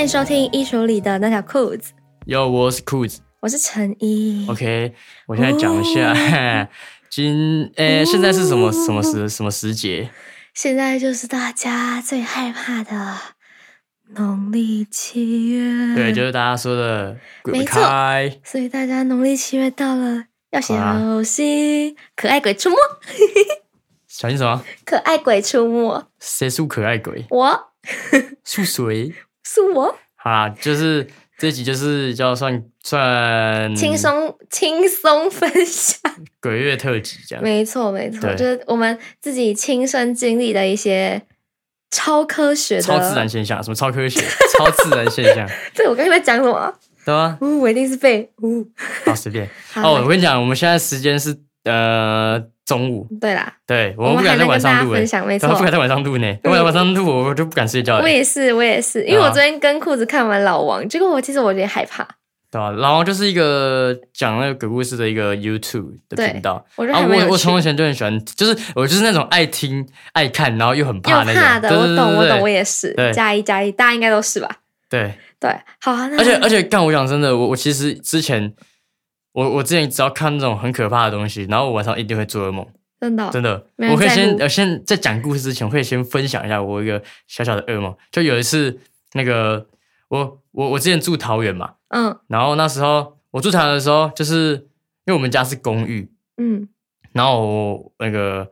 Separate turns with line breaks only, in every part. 迎收听衣橱里的那条裤子，
Yo, what's cool？
我是陈一。
OK，我现在讲一下，
哦
嘿 今诶、现在是什么什么时什么时节？
现在就是大家最害怕的农历七月，
对，就是大家说的鬼
嗯没
鬼
错
开。
所以大家农历七月到了，要写
啊
好心、可爱鬼出没，
小心什么？
可爱鬼出没，
谁是可爱鬼？
我
是谁？
是我，
好啦，就是这集就是叫算算
轻松、轻松分享。
鬼月特辑这样。
没错，没错，
对
就是我们自己亲身经历的一些超科学的。
超自然现象，什么超科学、 超自然现象，
对，我刚才在讲什么啊？
对吗？
呜，我一定是被呜。
好，随便。
好
哦，我跟你讲，我们现在时间是呃中午，
对啦，
对，我
我
们不
还
敢在
没
晚
跟大
上
家
录
分
诶，
享，
对
没错
啊不。敢在晚上录呢，不敢晚上录我就不敢睡觉了
我。也是，我也是，因为
对啊
我昨天跟裤子看完老王，结果我其实我有点害怕，
对啊，然后就是一个讲那个鬼故事的一个 YouTube 的
对
频道。
我就
啊，
还
我
没有去。
我从前就很喜欢，就是我就是那种爱听、爱看，然后又很怕
又
那种。
怕的，
对
我
对
懂，我
对
懂，我也是
对。
加一加一，大家应该都是吧？
对，
对，好啊。那
而且而且，干我讲真的，我我其实之前，我我之前只要看那种很可怕的东西，然后我晚上一定会做噩梦，
真的哦
真的。
没人
我可以
在乎
先呃先在讲故事之前，我可以先分享一下我一个小小的噩梦。就有一次，那个我我我之前住桃园嘛，
嗯
然后那时候我住桃园的时候，就是因为我们家是公寓，
嗯
然后我那个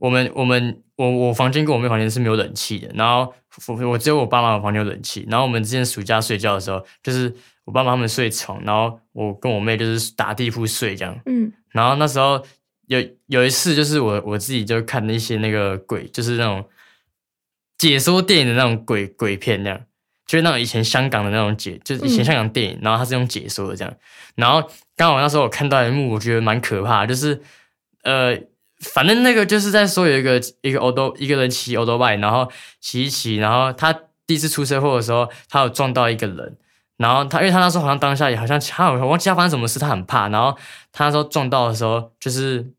我们我们我我房间跟我妹房间是没有冷气的，然后我我只有我爸妈的房间有冷气。然后我们之前暑假睡觉的时候，就是我爸妈他们睡床，然后我跟我妹就是打地铺睡这样。
嗯
然后那时候有有一次，就是我我自己就看那些那个鬼，就是那种解说电影的那种鬼鬼片那样，就是那种以前香港的那种解，就是以前
嗯
香港电影，然后它是用解说的这样。然后刚好那时候我看到一幕，我觉得蛮可怕的，就是呃。反正那个就是在说有一个一个欧都一个人骑欧都拜，然后骑一骑，然后他第一次出车祸的时候，他有撞到一个人，然后他，因为他那时候好像当下也好像他好像忘记他发生什么事，他很怕。然后他那时候撞到的时候，就是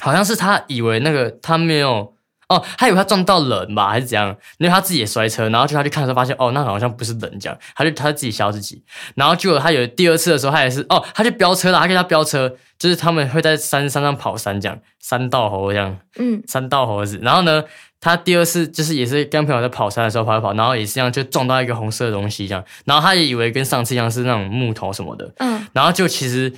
好像是他以为那个他没有哦，他以为他撞到人吧，还是怎样？因为他自己也摔车，然后就他去看的时候发现哦，那好像不是人这样，他就他自己吓自己。然后结果他有第二次的时候，他也是哦，他去飙车了，他跟他飙车，就是他们会在山山上跑山这样，山道猴这样。
嗯，
三道猴子。然后呢，他第二次就是也是跟朋友在跑山的时候跑一跑，然后也是这样就撞到一个红色的东西这样，然后他也以为跟上次一样是那种木头什么的，
嗯
然后就其实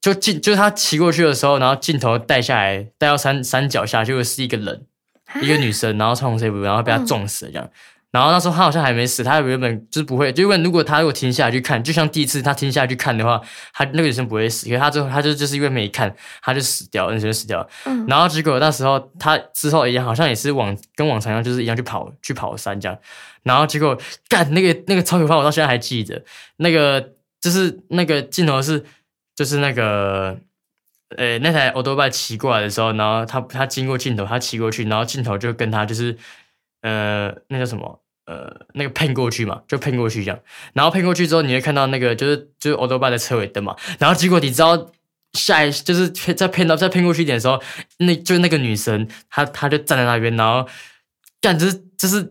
就镜就是他骑过去的时候，然后镜头带下来带到山山脚下，结果是一个人，
啊
一个女生，然后穿红色衣服，然后被他撞死了这样。然后那时候他好像还没死，他原本就是不会，就因为如果他如果停下来去看，就像第一次他停下来去看的话，他那个女生不会死，可是他最后他就就是因为没看，他就死掉，那女生就死掉了。
嗯
然后结果那时候他之后一样，好像也是往跟往常一样，就是一样去跑去跑山这样。然后结果干那个那个超可怕，我到现在还记得。那个就是那个镜头是就是那个呃、那台欧多拜骑过来的时候，然后他他经过镜头，他骑过去，然后镜头就跟他就是呃那叫什么呃那个喷过去嘛，就喷过去这样。然后喷过去之后，你会看到那个就是就是欧多拜的车尾灯嘛。然后结果你知道下一就是再骗到再骗过去一点的时候，那就是那个女生，她她就站在那边，然后干就是就是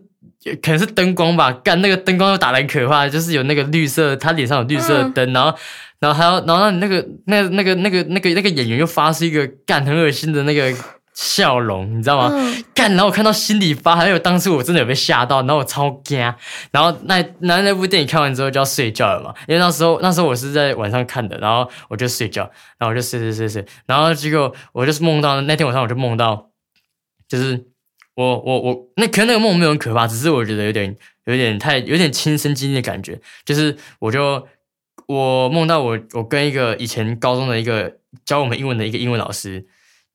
可能是灯光吧，干那个灯光又打的很可怕，就是有那个绿色，她脸上有绿色的灯，然后然后还有然后那个那那个那个那个那个演员又发出一个干很恶心的那个笑容，你知道吗？
嗯，
干，然后我看到心里发寒，还有当时我真的有被吓到，然后我超惊，啊然后那那那部电影看完之后就要睡觉了嘛，因为那时候那时候我是在晚上看的，然后我就睡觉，然后我就睡睡睡睡，然后结果我就是梦到那天晚上我就梦到，就是我我我那可能那个梦没有很可怕，只是我觉得有点有点太有点亲身经历的感觉，就是我就我梦到我我跟一个以前高中的一个教我们英文的一个英文老师，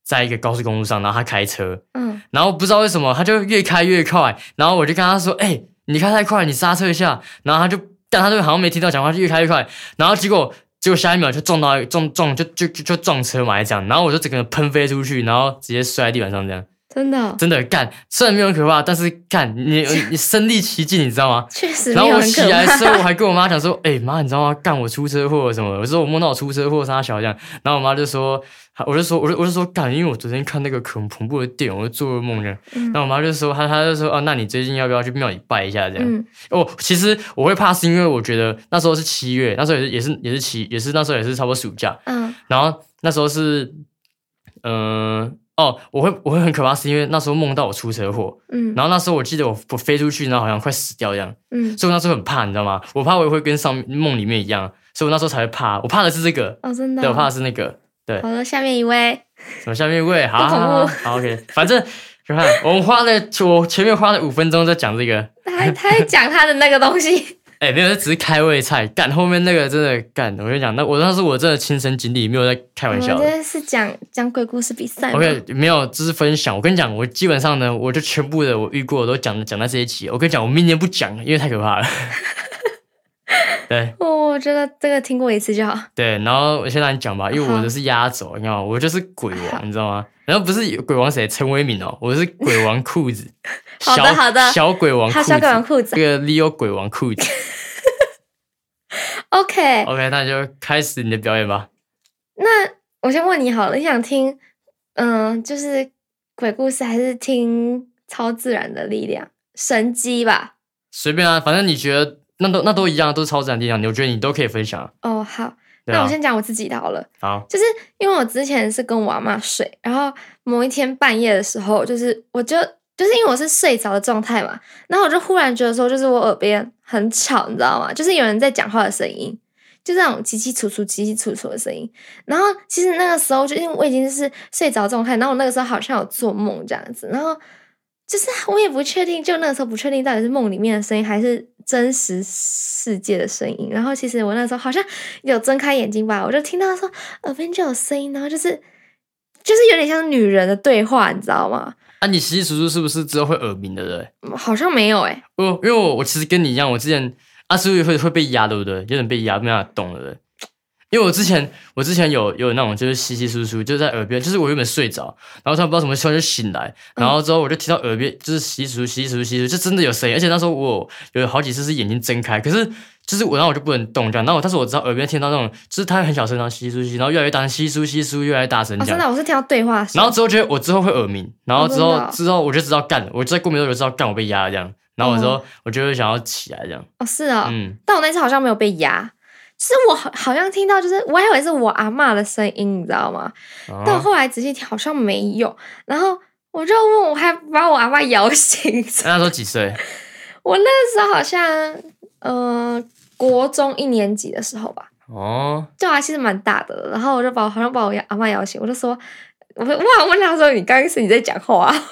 在一个高速公路上，然后他开车，
嗯
然后不知道为什么他就越开越快，然后我就跟他说：“哎、你开太快，你刹车一下。”然后他就，但他就好像没听到讲话，就越开越快。然后结果，结果下一秒就撞到撞撞就就就就撞车嘛，还这样。然后我就整个人喷飞出去，然后直接摔在地板上这样。
真的，哦
真的干，虽然没有很可怕，但是干你你身历其境，你知道吗？
确实
然后
没有
我
很
起
可
来的时候，
怕。
我还跟我妈讲说：“哎、妈，你知道吗？干我出车祸了什么的？我说我梦到我出车祸，啥小这样。”然后我妈就说：“我就说，我就我就说干，因为我昨天看那个恐恐怖的电影，我就做噩梦这样。”
嗯
然后我妈就说：“她她就说啊，那你最近要不要去庙里拜一下这样？”
嗯
哦，其实我会怕是因为我觉得那时候是七月，那时候也是也是也是七，也是那时候也是差不多暑假，
嗯
然后那时候是，嗯、哦，我会我会很可怕，是因为那时候梦到我出车祸，
嗯
然后那时候我记得我我飞出去，然后好像快死掉一样，
嗯，
所以我那时候很怕，你知道吗？我怕我也会跟上面梦里面一样，所以我那时候才会怕，我怕的是这个，
哦，真的
对，我怕
哦。
的是那个，对
好，了，下面一位，
什么下面一位，好
不恐
好
怖
好好，OK，反正就看我们花了我前面花了五分钟在讲这个，
他 还他还讲他的那个东西，
哎、没有，这只是开胃菜，干后面那个真的干，我跟你讲，那我那是我真的亲身经历，没有在开
我
玩
们
笑的。
这是讲讲鬼故事比赛吗
OK，没有，这是分享。我跟你讲，我基本上呢，我就全部的我遇过的都讲讲在这一期。我跟你讲，我明年不讲，因为太可怕 了。对
哦，我觉得这个听过一次就好。
对，然后我先让你讲吧，因为我
好
的是压轴，你知道吗？我就是鬼王，你知道吗？然后不是鬼王谁，陈为民哦，我是鬼王裤子。
好的
小
好的
小鬼王裤
他
子，
小鬼王裤 子
这个 Leo 鬼王裤子。
，OK，
OK，那就开始你的表演吧。
那我先问你好了，你想听，嗯，就是鬼故事还是听超自然的力量、神机吧？
随便啊，反正你觉得那都那都一样，都是超自然力量，你我觉得你都可以分享啊。
哦，好，
对
那
啊
我，先讲我自己的好了。
好，
就是因为我之前是跟我阿妈睡，然后某一天半夜的时候，就是我就就是因为我是睡着的状态嘛，然后我就忽然觉得说，就是我耳边很吵，你知道吗？就是有人在讲话的声音，就那种起起楚楚、起起楚楚的声音。然后其实那个时候，就因为我已经是睡着状态，然后我那个时候好像有做梦这样子，然后就是我也不确定，就那个时候不确定到底是梦里面的声音还是真实世界的声音。然后其实我那时候好像有睁开眼睛吧，我就听到说耳边就有声音，然后就是就是有点像女人的对话，你知道吗？
啊，你洗洗叔叔是不是之后会耳鸣的人？
好像没有诶、
我哦因为我我其实跟你一样，我之前啊是不是会会被压，对不对？有点被压，没办法动，对不对？因为我之前我之前有有那种就是稀稀疏疏，就在耳边，就是我原本睡着，然后突然不知道什么时候就醒来，然后之后我就听到耳边就是稀疏稀疏稀疏，就真的有声音，而且那时候我有有好几次是眼睛睁开，可是就是我然后我就不能动这样，然后我但是我知道耳边听到那种就是它很小声，然后稀疏稀疏，然后越来越大声，稀疏稀疏越来越大声
哦，
这
真
样。
的，我是听到对话声。
然后之后觉得我之后会耳鸣，然后之后、
哦真的哦
之后我就知道干了，我再过没多久就知道干我被压了这样，然后我之后、我就会想要起来这样，
哦，是哦，
嗯，
但我那次好像没有被压，就是我好好像听到，就是我还以为是我阿嬷的声音，你知道吗？但我
哦、
后来仔细听，好像没有。然后我就问，我还把我阿嬷摇醒。
那时候几岁？
我那时候好像，呃，国中一年级的时候吧，
哦，
对啊，其实蛮大的了。然后我就把我好像把我阿嬷摇醒，我就说，我说哇，我那时候你刚刚是你在讲话、啊，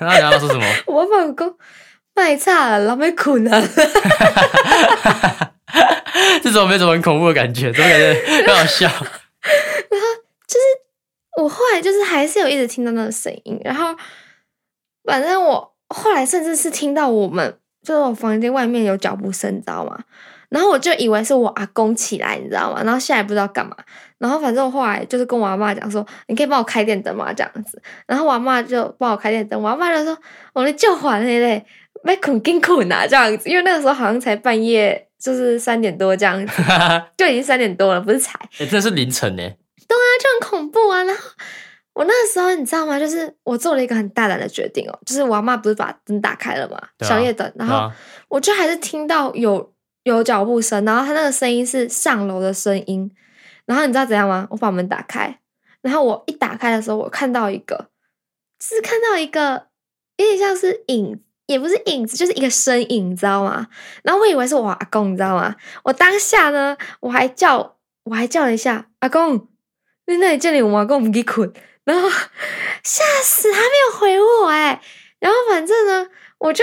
那你要说什么？
我老公卖差了，老妹困了。
这种没什么很恐怖的感觉，怎么感觉很好笑？
我后来就是还是有一直听到那个声音，然后反正我后来甚至是听到我们就是我房间外面有脚步声，你知道吗？然后我就以为是我阿公起来，你知道吗？然后下来不知道干嘛，然后反正我后来就是跟我阿妈讲说，你可以帮我开电灯吗？这样子，然后我阿妈就帮我开电灯，我阿妈就说，我的叫唤嘞嘞，没困跟困啊这样子，因为那个时候好像才半夜，就是三点多这样子，
哎、
就已经三点多了，不是才。
真的是凌晨欸呢，
就很恐怖啊。然后我那时候你知道吗？就是我做了一个很大胆的决定哦，就是我阿妈不是把灯打开了嘛，
对啊
小夜灯，然后
啊
我就还是听到有有脚步声，然后他那个声音是上楼的声音。然后你知道怎样吗？我把门打开，然后我一打开的时候，我看到一个，就是看到一个有点像是影，也不是影子，就是一个身影，你知道吗？然后我以为是我阿公，你知道吗？我当下呢，我还叫，我还叫了一下阿公，在那里叫你我阿公不给困，然后吓死他没有回我哎、然后反正呢，我就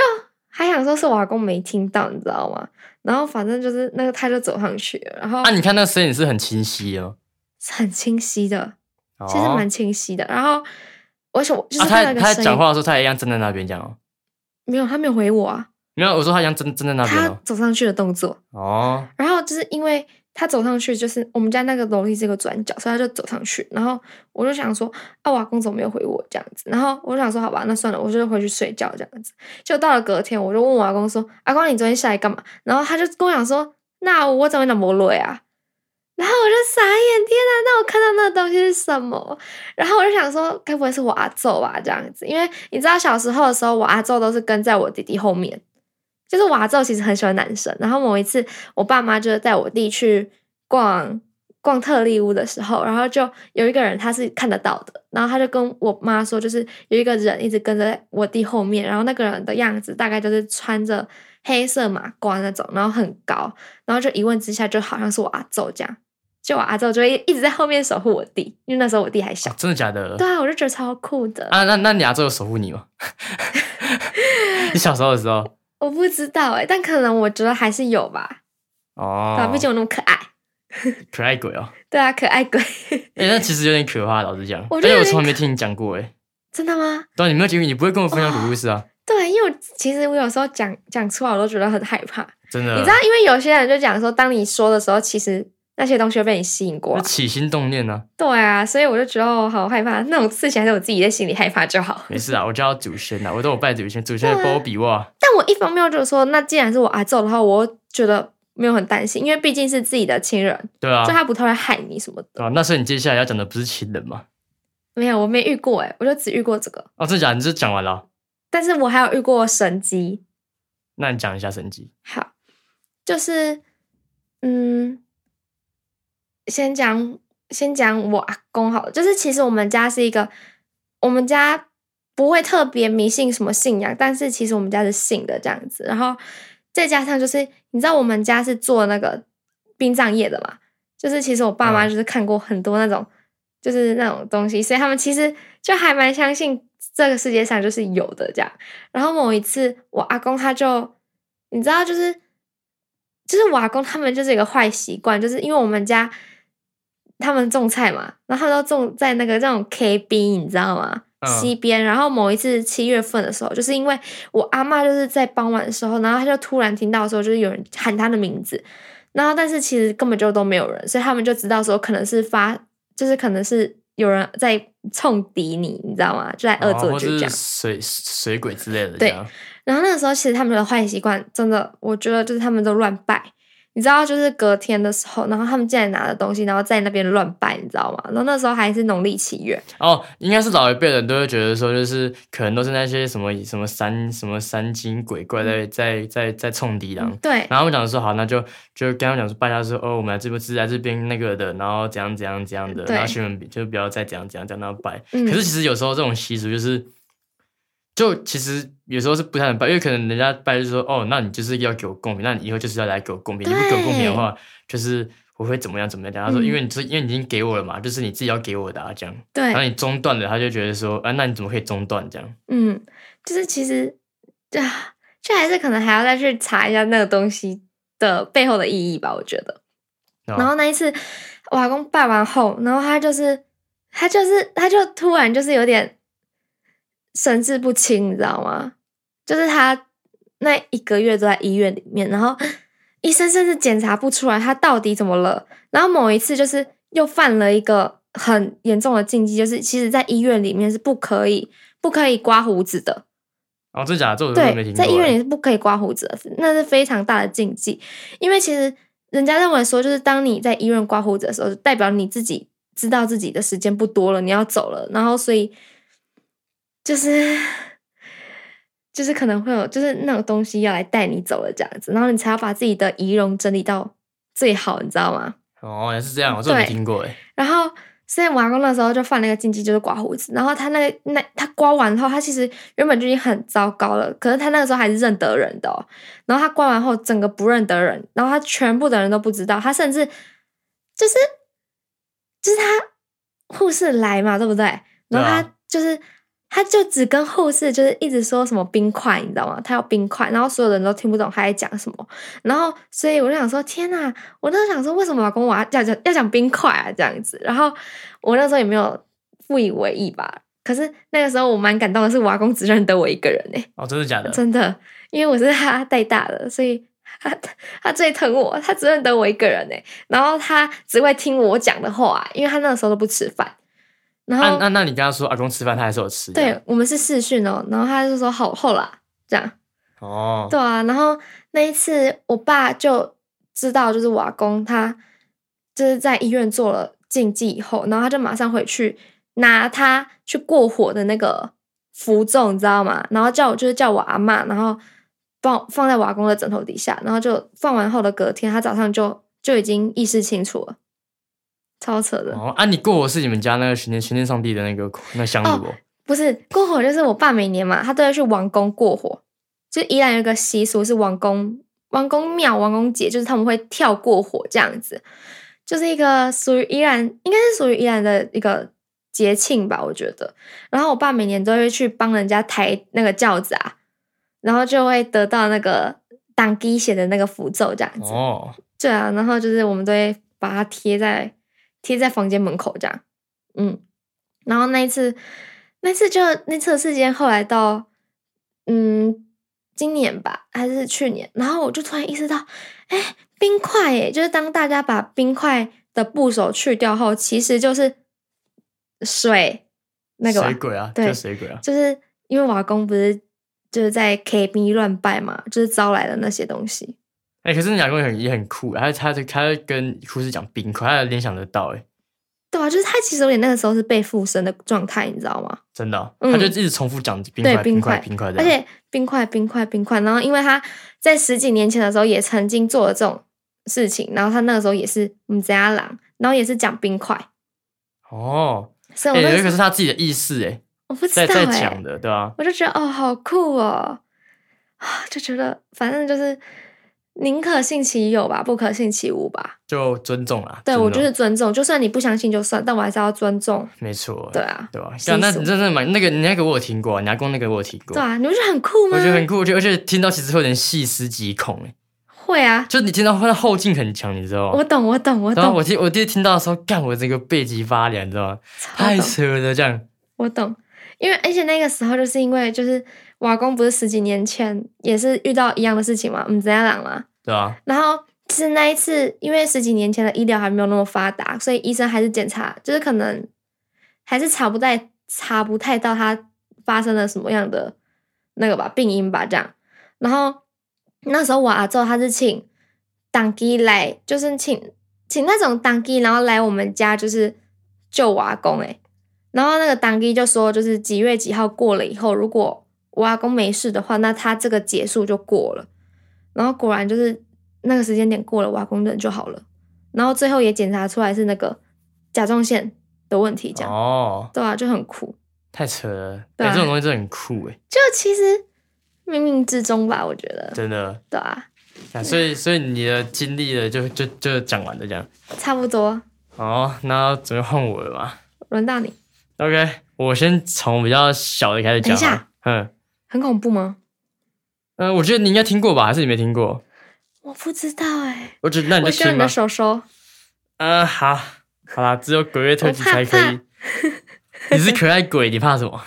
还想说是我阿公没听到，你知道吗？然后反正就是那个他就走上去了，然后
啊，你看那个声音是很清晰哦，
是很清晰的，
哦
其实蛮清晰的。然后而且我就是
啊，
看
他
到一个
他
声音，
讲话的时候，他也一样站在那边讲哦，
没有，他没有回我啊，
没有，我说他一样站站在那边
他
哦，
走上去的动作。
哦，
然后就是因为他走上去就是我们家那个楼梯是一个转角，所以他就走上去。然后我就想说，啊，我阿公怎么没有回我这样子？然后我就想说，好吧，那算了，我就回去睡觉这样子。就到了隔天，我就问我阿公说，阿公你昨天下来干嘛？然后他就跟我讲说，那我怎么那么累啊？然后我就傻眼，天呐，那我看到那个东西是什么？然后我就想说，该不会是我阿昼吧？这样子，因为你知道小时候的时候，我阿昼都是跟在我弟弟后面，就是我阿昼其实很喜欢男生。然后某一次，我爸妈就是带我弟去逛逛特利屋的时候，然后就有一个人他是看得到的，然后他就跟我妈说，就是有一个人一直跟着我弟后面，然后那个人的样子大概就是穿着黑色马褂那种，然后很高，然后就一问之下，就好像是我阿昼这样。就我阿昼就会一直在后面守护我弟，因为那时候我弟还小
哦。真的假的？
对啊，我就觉得超酷的。
啊，那那你阿昼有守护你吗？ 你小时候的时候
我不知道哎、但可能我觉得还是有吧，
哦
对，啊，毕竟我那么可爱。
可爱鬼哦。
对啊，可爱鬼。
哎、那其实有点可怕，老实讲。
我
而
觉得
且
有
我
点
从来没听你讲过哎。
真的吗？
对啊，你没有经历，你不会跟我分享鬼故事 啊？
对，因为我其实我有时候讲讲出来，我都觉得很害怕。
真的。
你知道，因为有些人就讲说，当你说的时候，其实那些东西会被你吸引过
就
来。
起心动念呢、
对啊，所以我就觉得哦，好害怕。那种事情还是我自己在心里害怕就好
啊？。没 事啊，我叫祖先啊，我都有拜祖先，祖先
对啊
会帮我比划。
但我一方面就是说，那既然是我阿昼的话，我觉得没有很担心，因为毕竟是自己的亲人，
对啊
就，他不太会害你什么的。
对啊。那所以你接下来要讲的不是情人吗？
没有，我没遇过哎、我就只遇过这个。
哦，真的假的？你就讲完了，
但是我还有遇过神机，
那你讲一下神迹。
好，就是嗯，先讲先讲我阿公好了，就是其实我们家是一个，我们家不会特别迷信什么信仰，但是其实我们家是信的这样子，然后再加上就是你知道我们家是做那个殡葬业的嘛，就是其实我爸妈
嗯
就是看过很多那种、就是那种东西，所以他们其实就还蛮相信这个世界上就是有的这样。然后某一次，我阿公他就，你知道，就是就是我阿公他们就是一个坏习惯，就是因为我们家他们种菜嘛，然后他们都种在那个那种 KB，你知道吗？
嗯
西边。然后某一次七月份的时候，就是因为我阿嬷就是在傍晚的时候，然后他就突然听到说，就是有人喊他的名字，然后但是其实根本就都没有人，所以他们就知道说可能是发，就是可能是有人在冲敌你，你知道吗？就在恶
哦
作
或
剧这
是
样。
水水鬼之类的，
对
这样
然后那个时候，其实他们的坏习惯真的，我觉得就是他们都乱拜。你知道，就是隔天的时候，然后他们竟然拿了东西，然后在那边乱拜，你知道吗？然后那时候还是农历七月，
哦，应该是老一辈人都会觉得说，就是可能都是那些什么什么山什么山精鬼怪在
嗯
在在在冲敌狼，
对
然后我们讲说好，那就就跟他们讲说，大家说哦，我们来这边是来这边那个的，然后怎样怎样怎样的，
对
然后新闻就不要再怎样怎样怎样然后拜。
嗯
可是其实有时候这种习俗就是，就其实有时候是不太能拜，因为可能人家拜就是说哦，那你就是要给我贡品，那你以后就是要来给我贡品，你不给我贡品的话，就是我会怎么样怎么样。他说，
嗯
因为你是因为你已经给我了嘛，就是你自己要给我的啊，这样。
对
然后，你中断了，他就觉得说，啊，那你怎么可以中断这样？
嗯，就是其实啊，这还是可能还要再去查一下那个东西的背后的意义吧，我觉得。
然
然后那一次，我阿公拜完后，然后他就是他就是他就突然就是有点神志不清，你知道吗？就是他那一个月都在医院里面，然后医生甚至检查不出来他到底怎么了。然后某一次就是又犯了一个很严重的禁忌，就是其实在医院里面是不可以不可以刮胡子的。
哦，真的假的？这我真的没
对，
听过。欸
在医院里是不可以刮胡子的，那是非常大的禁忌。因为其实人家认为说，就是当你在医院刮胡子的时候，就代表你自己知道自己的时间不多了，你要走了，然后所以就是就是可能会有就是那种东西要来带你走了这样子，然后你才要把自己的仪容整理到最好，你知道吗？
哦，原来是这样，我这我没
对
听过哎。
然后，所以我阿公那时候就犯了一个禁忌，就是刮胡子。然后他那个那他刮完后，他其实原本就已经很糟糕了，可是他那个时候还是认得人的、哦。然后他刮完后，整个不认得人，然后他全部的人都不知道，他甚至就是就是他护士来嘛，对不对？
对
然后他就是。他就只跟护士就是一直说什么冰块，你知道吗？他要冰块，然后所有人都听不懂他在讲什么。然后，所以我就想说，天呐，我那时候想说，为什么老公我要要讲要讲冰块啊这样子？然后我那时候也没有不以为意吧。可是那个时候我蛮感动的是，我阿公只认得我一个人呢、
哦，真的假的？
真的，因为我是他带大的，所以他他最疼我，他只认得我一个人哎、然后他只会听我讲的话，欸因为他那个时候都不吃饭。然
那
后、
啊那那你跟他说阿公吃饭，他还是有吃的。
对我们是视讯哦，然后他就说好后啦，这样。
哦，
对啊，然后那一次我爸就知道，就是我阿公他就是在医院做了禁忌以后，然后他就马上回去拿他去过火的那个符咒，你知道吗？然后叫我就是叫我阿妈，然后放放在我阿公的枕头底下，然后就放完后的隔天，他早上就就已经意识清楚了，超扯的。
哦啊，你过火是你们家那个寻天寻天上帝的那个那香炉、哦，
不是过火，就是我爸每年嘛，他都要去王宫过火。就依然有一个习俗是王宫、王宫庙、王宫节，就是他们会跳过火这样子，就是一个属于依然，应该是属于依然的一个节庆吧，我觉得。然后我爸每年都会去帮人家抬那个轿子啊，然后就会得到那个当地写的那个符咒这样子。
哦，
对啊，然后就是我们都会把它贴在贴在房间门口这样，嗯，然后那一次，那次就那次的事件，后来到嗯今年吧还是去年，然后我就突然意识到，哎，冰块耶，就是当大家把冰块的部首去掉后，其实就是水那个吧
水鬼啊，
对
就是水鬼啊，
就是因为瓦工不是就是在 KB 乱拜嘛，就是招来的那些东西，
哎、可是你老公也很也很酷，他他他会跟护士讲冰块，他有联想得到，哎，
对啊，就是他其实有点那个时候是被附身的状态，你知道吗？
真的哦、
嗯
他就一直重复讲冰
对
块
冰
冰块
块
冰块的，
而且冰块冰块冰块，然后因为他在十几年前的时候也曾经做了这种事情，然后他那个时候也是我们家狼，然后也是讲冰块，
哦，
所以
哎、
我那
有一
时候、
个是他自己的意识，哎，
我不知
在
道
在
哎、
讲的，对啊吧、
我就觉得哦好酷哦，啊就觉得反正就是宁可信其有吧，不可信其无吧。
就尊重啊啦，
对
尊
我就
重
是尊重，就算你不相信就算，但我还是要尊重。
没错，
对啊，
对吧、
习
对啊，那
俗
你真的蛮那个你那个我有听过、啊，你阿公那个我有听过，
对啊，你不觉得很酷吗？
我觉得很酷，我觉得而且听到其实会有点细思极恐，哎，
会啊，
就你听到他的后劲很强，你知道吗？
我懂，我懂，我
哦然后
懂，
我第我第一听到的时候，干我这个背脊发凉，你知道吗？
超
太
懂
扯了，这样
我懂，因为而且那个时候就是因为就是瓦工不是十几年前也是遇到一样的事情嘛，我们怎样讲嘛，
对吧、
然后其实那一次因为十几年前的医疗还没有那么发达，所以医生还是检查，就是可能还是查不太查不太到他发生了什么样的那个吧病因吧这样，然后那时候我阿昼他是请党机来，就是请请那种党机，然后来我们家就是救我阿公诶、然后那个党机就说，就是几月几号过了以后，如果我阿公没事的话，那他这个结束就过了。然后果然就是那个时间点过了，我阿公人就好了。然后最后也检查出来是那个甲状腺的问题，这样、
哦，
对啊，就很酷。
太扯了，
对
哎、
啊
这种东西真的很酷哎，
就其实冥冥之中吧，我觉得
真的。
对啊，
啊、所以所以你的经历了就就就讲完了这样。
差不多
好，那准备换我了吧
轮到你，
？OK，我先从比较小的开始讲。
等一下，
嗯
很恐怖吗？
嗯、呃我觉得你应该听过吧，还是你没听过？
我不知道哎、
我只那你
我
就
需要
听
你
吧
的。手手，
嗯、好，好啦，只有鬼月特辑
我怕
才可以。 你是可爱鬼，你怕什么？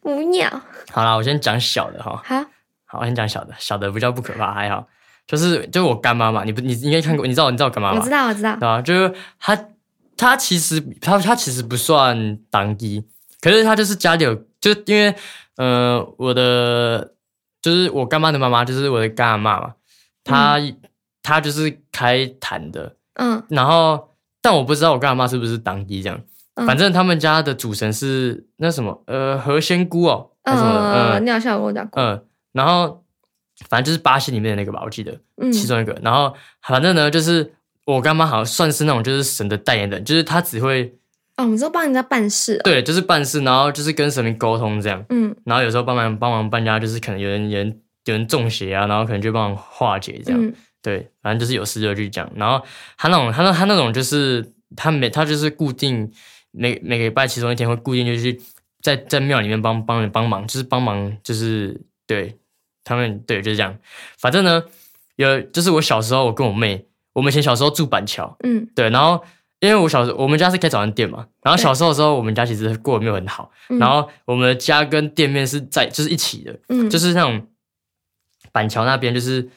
不要
好啦，我先讲小的哈。
好，
好，我先讲小的，小的比较不可怕，还好。就是就是我干妈嘛，你不你你应该看过，你知道你知道我干妈
我
吗？
知道我知道，
对啊，就是她她其实她她其实不算当一，可是她就是家里有，就是因为呃我的就是我干妈的妈妈就是我的干阿妈嘛，她、她就是开坛的，
嗯
然后但我不知道我干阿妈是不是当一这样，
嗯
反正他们家的主神是那什么呃何仙姑哦，还是什么的
呃，
嗯
你好像有跟我讲过，
嗯，然后反正就是八仙里面的那个吧，我记得
嗯
呃其中一个。然后反正呢，就是我干妈好像算是那种就是神的代言人，就是她只会
哦，我们说帮人家办事哦，
对，就是办事，然后就是跟神明沟通这样，
嗯
然后有时候帮忙帮忙搬家，就是可能有人有人有人中邪啊，然后可能就帮忙化解这样。
嗯
对，反正就是有事就去讲。然后他那种，他那他那种就是他每他就是固定每每个礼拜其中一天会固定就去在在庙里面帮帮人帮忙，就是帮忙就是对他们对就是这样。反正呢，有就是我小时候我跟我妹，我们以前小时候住板桥，
嗯
对，然后因为我小时候我们家是开早餐店嘛，然后小时候的时候我们家其实过得没有很好，
嗯，
然后我们的家跟店面是在就是一起的，
嗯
就是那种板桥那边，就是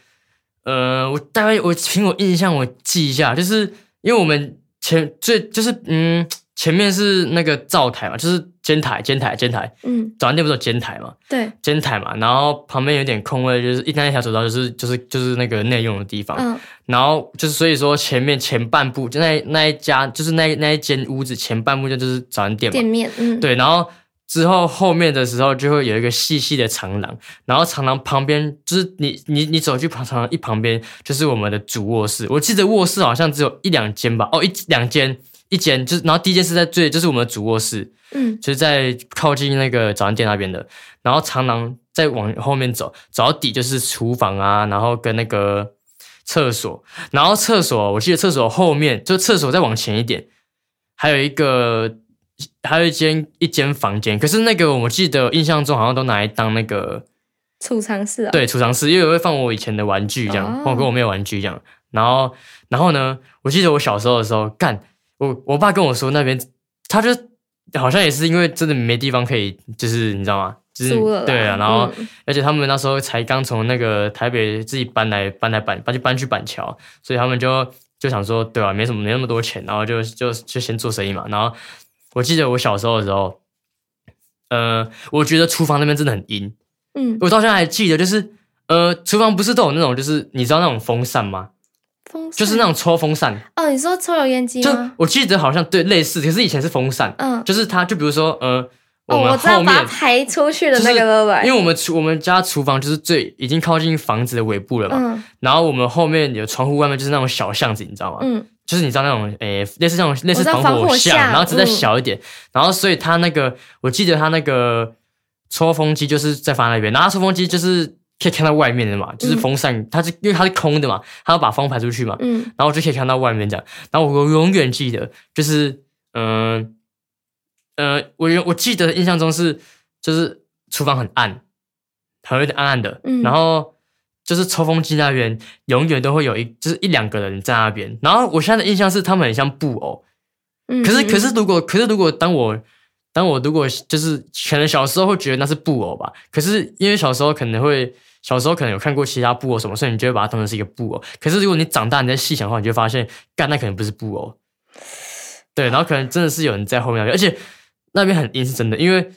呃，我大概我凭我印象我记一下，就是因为我们前最就是嗯前面是那个灶台嘛，就是煎台煎台煎台，
嗯，
早餐店不是有煎台嘛，
对，
煎台嘛，然后旁边有点空位，就是一那一条走道就是就是就是那个内用的地方，
嗯
然后就是所以说前面前半部就那那一家就是那那一间屋子前半部就就是早餐店嘛
店，面，嗯，，
对，然后之后后面的时候就会有一个细细的长廊，然后长廊旁边就是你你你走去旁长廊一旁边就是我们的主卧室，我记得卧室好像只有一两间吧，哦一两间一间就是，然后第一间是在最就是我们的主卧室，
嗯
就是在靠近那个早餐店那边的，然后长廊再往后面走，走到底就是厨房啊，然后跟那个厕所，然后厕所我记得厕所后面就厕所再往前一点，还有一个还有一间一间房间，可是那个我记得印象中好像都拿来当那个
储藏室啊，，
对储藏室，因为我会放我以前的玩具这样
哦，
我跟我妹的玩具这样，然后然后呢，我记得我小时候的时候干。我我爸跟我说那边，他就好像也是因为真的没地方可以，就是你知道吗？就是
租了啦，
对啊，然后、
嗯
而且他们那时候才刚从那个台北自己搬来搬来板搬去搬去板桥，所以他们就就想说，对啊，没什么没那么多钱，然后就就就先做生意嘛。然后我记得我小时候的时候，呃，我觉得厨房那边真的很阴，
嗯，
我到现在还记得，就是呃，厨房不是都有那种就是你知道那种风扇吗？
风扇
就是那种抽风扇，
哦，你说抽油烟机
就
吗？
我记得好像对类似，可是以前是风扇，
嗯，
就是它，就比如说，呃，
哦，
们
我知道
后
把它
面
排出去的
就
那
是
个了吧，
因为我们厨我们家厨房就是最已经靠近房子的尾部了嘛，
嗯
然后我们后面有窗户外面就是那种小巷子，你知道吗？
嗯，
就是你知道那种诶、类似那种类似
我知道防
火
火巷
然后只再
嗯
小一点，然后所以它那个我记得它那个抽风机就是在放在那边，然后它抽风机就是可以看到外面的嘛，就是
嗯
风扇，它是因为它是空的嘛，它要把风排出去嘛，
嗯，
然后我就可以看到外面这样。然后我我永远记得，就是嗯呃我永我记得印象中是就是厨房很暗，很有点暗暗的，
嗯
然后就是抽风机那边永远都会有一就是一两个人在那边。然后我现在的印象是他们很像布偶，
嗯
可是可是
嗯
如果可是如果当我当我如果就是可能小时候会觉得那是布偶吧，可是因为小时候可能会小时候可能有看过其他布偶什么，所以你就会把它当成是一个布偶。可是如果你长大你再细想的话，你就会发现，干那可能不是布偶，对，然后可能真的是有人在后面那边，而且那边很阴是真的，因为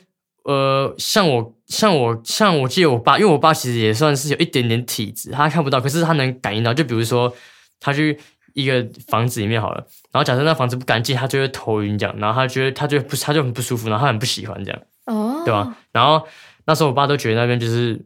呃，像我像我像我记得我爸，因为我爸其实也算是有一点点体质，他看不到，可是他能感应到，就比如说他去一个房子里面好了。然后假设那房子不干净，他就会头晕这样，然后他觉得他就不他就很不舒服，然后他很不喜欢这样，
哦，
对吧、然后那时候我爸都觉得那边就是，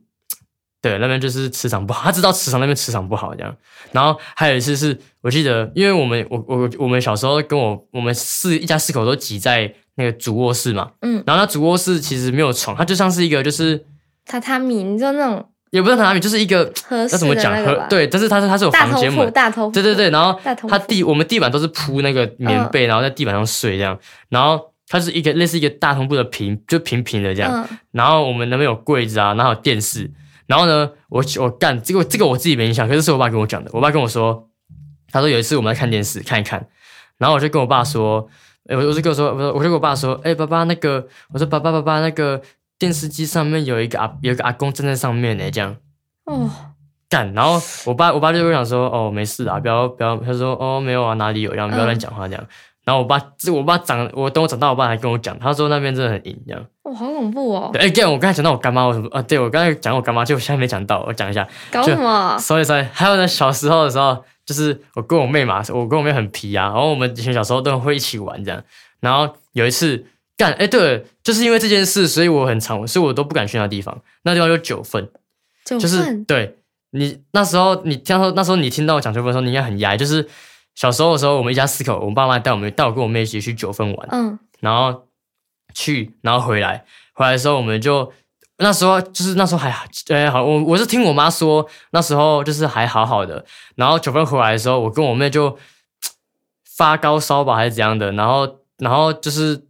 对，那边就是磁场不好，他知道磁场那边磁场不好这样。然后还有一次是我记得，因为我们我我我们小时候跟我我们四一家四口都挤在那个主卧室嘛，
嗯，
然后那主卧室其实没有床，它就像是一个就是
榻榻米，你说那种
也不是榻榻米，就是一个
合
要
适
怎么
的
讲
那个
和
吧，
对，但是它是它是有
大
房
头
间门
铺，，大头铺，
对对对，，然后
大同
它
铺
地我们地板都是铺那个棉被，然后在地板上睡这样，然后它是一个类似一个大同步的平，就平平的这样，
嗯，
然后我们那边有柜子啊，然后有电视，然后呢，我我干这个这个我自己没印象，可是是我爸跟我讲的，我爸跟我说，他说有一次我们在看电视看一看，然后我就跟我爸说，哎，我我就跟我说，我说我就跟我爸说，哎，爸爸那个，我说爸爸爸爸那个电视机上面有一个阿有一个阿公站在上面呢，这样。嗯
哦，
干，然后我爸我爸就会想说，哦，没事啊，不要不要，他说哦没有啊，哪里有，然后不要乱讲话这样。然后我爸这我爸长我等我长大，我爸还跟我讲，他说那边真的很阴这样。
哇，好恐怖哦，
对，哎，干，我刚才讲到我干妈，我什么啊？对我刚才讲我干妈，就我现在没讲到，我讲一下。
搞什么？啊
sorry sorry，还有呢，小时候的时候，就是我跟我妹嘛，我跟我妹很皮啊，然后我们以前小时候都会一起玩这样。然后有一次干，哎，对了，就是因为这件事，所以我很常，所以我都不敢去那地方，那地方有九份。
九
就是
份，
对你那时候你听说那时候你听到我讲九份的时候，你应该很压抑。就是小时候的时候，我们一家四口，我们爸妈带我们带我跟我妹一起去九份玩，
嗯
然后去，然后回来，回来的时候我们就。那时候就是那时候还呃好，我我是听我妈说那时候就是还好好的，然后九份回来的时候，我跟我妹就发高烧吧还是怎样的，然后然后就是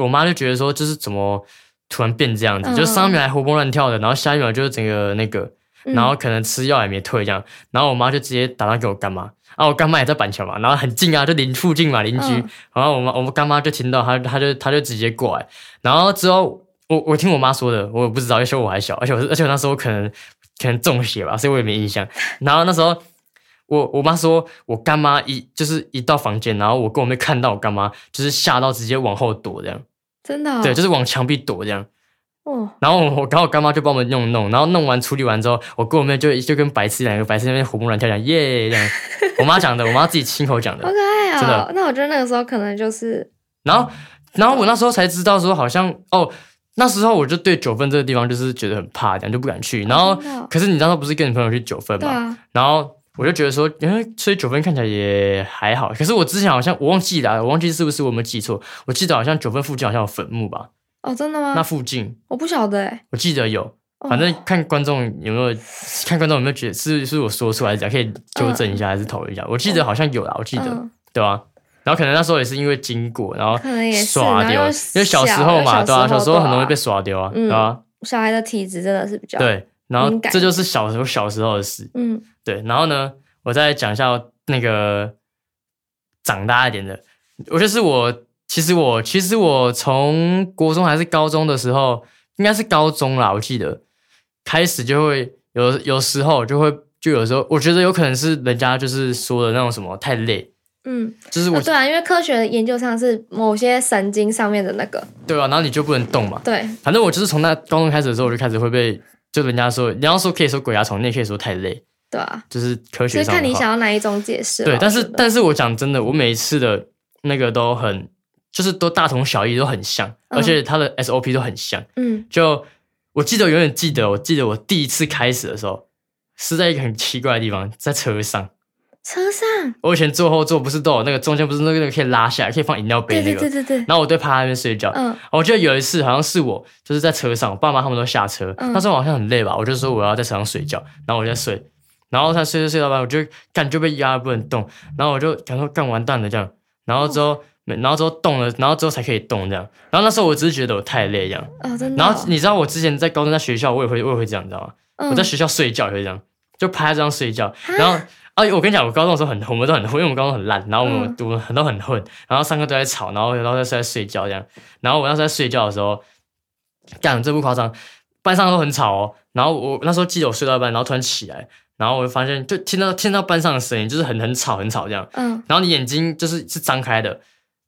我妈就觉得说就是怎么突然变这样子，
嗯
就上一秒还活蹦乱跳的，然后下一秒就整个那个，
嗯
然后可能吃药也没退这样，然后我妈就直接打电话给我干妈，啊，我干妈也在板桥嘛，然后很近啊，就邻附近嘛，邻居，
嗯
然后我妈我干妈就听到，她她就她就直接过来，然后之后我我听我妈说的，我也不知道，因为我还小，而且我是而且我那时候可能可能中邪吧，所以我也没印象，然后那时候我我妈说，我干妈一就是一到房间，然后我跟我妹看到我干妈，就是吓到直接往后躲这样，
真的、哦，
对，就是往墙壁躲这样。
哦，
然后我刚好干妈就帮我们弄弄，然后弄完处理完之后，我跟我妹就就跟白痴两个白痴在那边活蹦乱跳讲耶这样，我妈讲的，我妈自己亲口讲
好
的。
可爱
真
哦
的。
那我觉得那个时候可能就是
然后然后我那时候才知道说好像哦，那时候我就对九份这个地方就是觉得很怕，这样就不敢去。然后
真的哦
可是你那时候不是跟你朋友去九份
对
嘛，
啊，
然后我就觉得说，嗯，所以九分看起来也还好。可是我之前好像我忘记了啊，我忘记是不是我有没有记错？我记得好像九分附近好像有坟墓吧？
哦，真的吗？
那附近
我不晓得哎、
我记得有，
哦
反正看观众有没有看观众有没有觉得是是我说出来的，可以纠正一下还是讨论一下。我记得好像有啦，我记得
嗯，
对吧、然后可能那时候也是因为经过，然后
可能也哦是
耍
然
丢，
后又
因为小时
小
候
又小
嘛，对啊，
时
小
候
时候很容易
对啊
被耍丢啊，
嗯
对啊，
小孩的体质真的是比较，
对。然后
敏感
这就是小时候小时候的事，
嗯，
对，然后呢，我再讲一下那个长大一点的，我就是我，其实我其实我从国中还是高中的时候，应该是高中啦，我记得开始就会有有时候就会就有时候，我觉得有可能是人家就是说的那种什么太累，
嗯，
就是我、
哦、对啊，因为科学研究上是某些神经上面的那个，
对啊，然后你就不能动嘛，
对，
反正我就是从那高中开始的时候，我就开始会被就人家说，你要说可以说鬼压床，你也可以说太累，
对啊，
就是科
就
学
是
上的
看你
话
想要哪一种解释啦。
对，
嗯
但是
我觉得
但是我讲真的，我每一次的那个都很，就是都大同小异，都很像，而且它的 SOP 都很像。
嗯，
就我记得，永远记得，我记得我第一次开始的时候是在一个很奇怪的地方，在车上。
车上，
我以前坐后座不是都有那个中间不是那个那个可以拉下来，可以放饮料杯
对
那
对
个。
对对对，
然后我就趴在那边睡觉。
嗯
我记得有一次好像是我就是在车上，我爸妈他们都下车，
嗯
那时候我好像很累吧，我就说我要在车上睡觉，然后我就在睡，然后他睡睡睡到半，我就干就被压得不能动，然后我就想说干完蛋了这样，然后之
哦
后、然后之后动了，然后之后才可以动这样，然后那时候我只是觉得我太累这样，
哦，真的哦、
然后你知道我之前在高中在学校我也会我也会这样，你知道吗？
嗯
我在学校睡觉也会这样，就趴在桌上睡觉，然后。啊！我跟你讲，我高中的时候很，我们都很混，因为我们高中很烂，然后我们
嗯
读很都很混，然后上课都在吵，然后然后在在睡觉这样。然后我那时候在睡觉的时候，干这不夸张，班上都很吵哦。然后我那时候记得我睡到一半，然后突然起来，然后我就发现就听到听到班上的声音，就是很很吵很吵这样。
嗯，
然后你眼睛就是是张开的，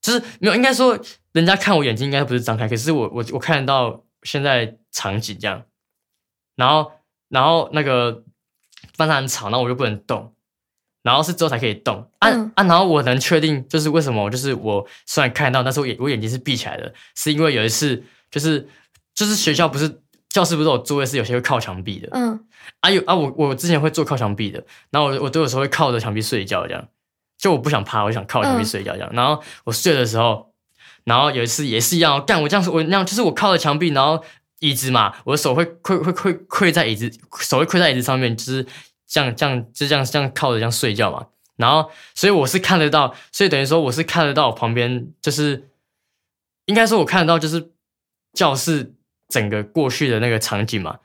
就是没有，应该说人家看我眼睛应该不是张开，可是我我我看得到现在场景这样，然后然后那个班上很吵，然后我就不能动，然后是之后才可以动，啊、
嗯
啊，然后我能确定就是为什么，就是我虽然看得到，但是我眼我眼睛是闭起来的，是因为有一次就是就是学校不是。教室不是有座位是有些会靠墙壁的，
嗯，
啊有啊，我我之前会坐靠墙壁的，然后我我都有时候会靠着墙壁睡觉，这样就我不想趴，我想靠着墙壁
嗯
睡觉这样。然后我睡的时候，然后有一次也是一样哦，干我这样我那样就是我靠着墙壁，然后椅子嘛，我的手会跪会跪跪在椅子，手会跪在椅子上面，就是这样这样就这样这样靠着这样睡觉嘛。然后所以我是看得到，所以等于说我是看得到我旁边就是应该说我看得到就是教室整个过去的那个场景嘛。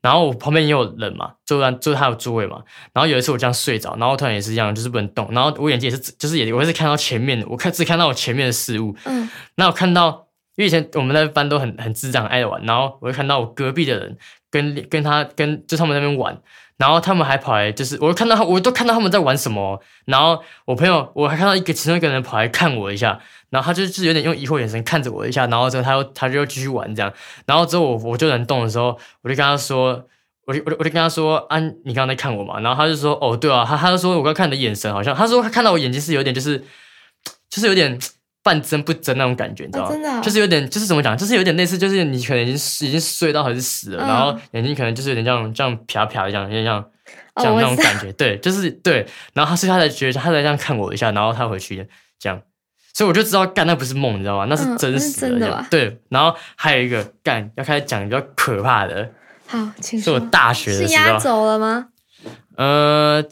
然后我旁边也有人嘛，就然就是他有座位嘛。然后有一次我这样睡着，然后突然也是这样，就是不能动。然后我眼睛也是，就是也我也是看到前面的，我看只看到我前面的事物。
嗯，
那我看到，因为以前我们那班都很很智障，很爱玩。然后我就看到我隔壁的人跟跟他跟就他们那边玩，然后他们还跑来，就是我就看到他，我都看到他们在玩什么。哦然后我朋友我还看到一个其中一个人跑来看我一下，然后他就是有点用疑惑眼神看着我一下，然后之后他又他就又继续玩这样。然后之后我我就能动的时候，我就跟他说。我就我就我就跟他说啊，你刚刚在看我嘛？然后他就说哦，对啊，他他就说我刚看你的眼神好像，他说他看到我眼睛是有点就是就是有点半睁不睁那种感觉，你知道吗？
真的哦
就是有点就是怎么讲，就是有点类似，就是你可能已经已经睡到很死了，
嗯
然后眼睛可能就是有点这样这样瞟瞟一样，有点像
哦
这样
我
那种
知道
感觉，对，就是对。然后他所以他才觉得他才这样看我一下，然后他回去这样，所以我就知道干那不是梦，你知道吗？那是
嗯
真
那是
实
真的
这样
吧
对，然后还有一个干要开始讲比较可怕的，
好，请
是我
说。
大学
是
的时
压
候，
轴了吗？
呃，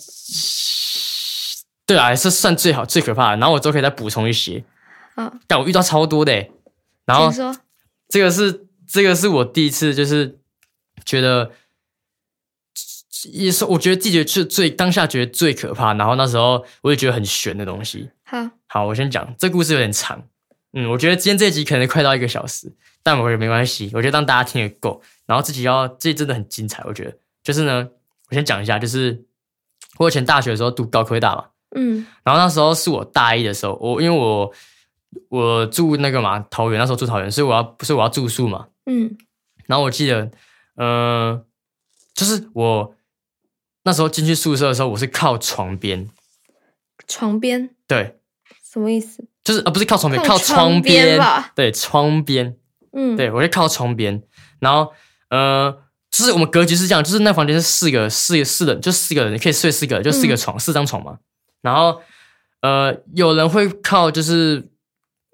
对啊，是算最好最可怕的。然后我之后可以再补充一些，
好，
但我遇到超多的欸，然后
哦请说。
这个是这个是我第一次就是觉得，也是我觉得自己觉得最最当下觉得最可怕，然后那时候我也觉得很悬的东西。
好，
好，我先讲，这故事有点长，嗯，我觉得今天这集可能快到一个小时，但我觉得没关系，我觉得让大家听也够。然后这集要这集真的很精彩，我觉得就是呢，我先讲一下，就是我以前大学的时候读高科大嘛，
嗯
然后那时候是我大一的时候，我因为我我住那个嘛桃园，那时候住桃园，所以我要所以我要住宿嘛。
嗯
然后我记得，呃，就是我那时候进去宿舍的时候，我是靠床边，
床边
对，
什么意思？
就是呃不是靠床边，
靠
靠
窗
窗边
边吧
对，窗边，
嗯，
对我就靠窗边，然后呃。就是我们格局是这样，就是那房间是四个四个四人，就四个人可以睡四个人，就四个
嗯
床，四张床嘛。然后呃，有人会靠就是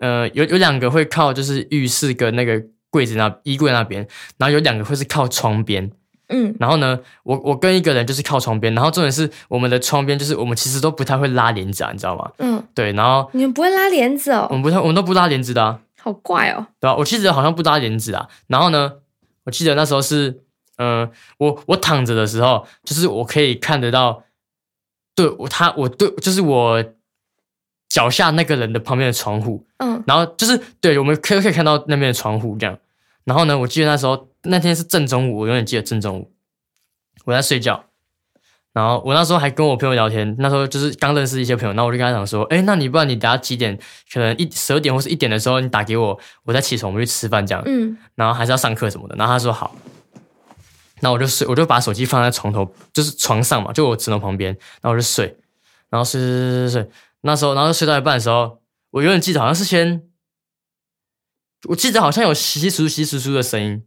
呃有有两个会靠就是浴室跟那个柜子那衣柜那边，然后有两个会是靠窗边，
嗯
然后呢，我我跟一个人就是靠窗边，然后重点是我们的窗边就是我们其实都不太会拉帘子啊，你知道吗？
嗯，
对，然后
你们不会拉帘子
我
哦，
们不太我们都不拉帘子的、啊，
好怪哦。
对吧、我记得好像不拉帘子啊。然后呢，我记得那时候是，呃，我我躺着的时候，就是我可以看得到，对我他我对就是我脚下那个人的旁边的窗户，
嗯
然后就是对，我们可以可以看到那边的窗户这样。然后呢，我记得那时候那天是正中午，我永远记得正中午，我在睡觉。然后我那时候还跟我朋友聊天，那时候就是刚认识一些朋友，那我就跟他讲说，哎，那你不然你等下几点，可能一十二点或是一点的时候你打给我，我再起床，我们去吃饭这样。
嗯
然后还是要上课什么的。然后他说好，那我就睡，我就把手机放在床头，就是床上嘛，就我枕头旁边，然后我就睡，然后睡睡睡睡睡。那时候，然后睡到一半的时候，我永远记得好像是先，我记得好像有稀稀疏疏稀稀疏疏的声音，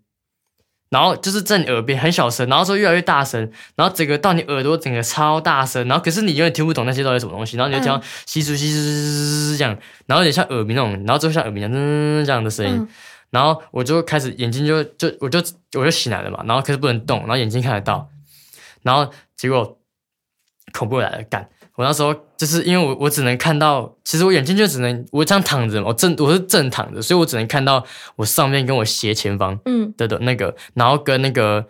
然后就是在你耳边很小声，然后之后越来越大声，然后整个到你耳朵整个超大声，然后可是你永远听不懂那些到底是什么东西，然后你就听到
嗯
稀疏稀疏稀疏稀这样，然后有点像耳鸣那种，然后最后像耳鸣这样的声音，
嗯
然后我就开始眼睛就就我就我就醒来了嘛，然后可是不能动，然后眼睛看得到，然后结果恐怖来了，干！我那时候就是因为我我只能看到，其实我眼睛就只能我这样躺着嘛，我正我是正躺着，所以我只能看到我上面跟我斜前方
嗯
的的那个，然后跟那个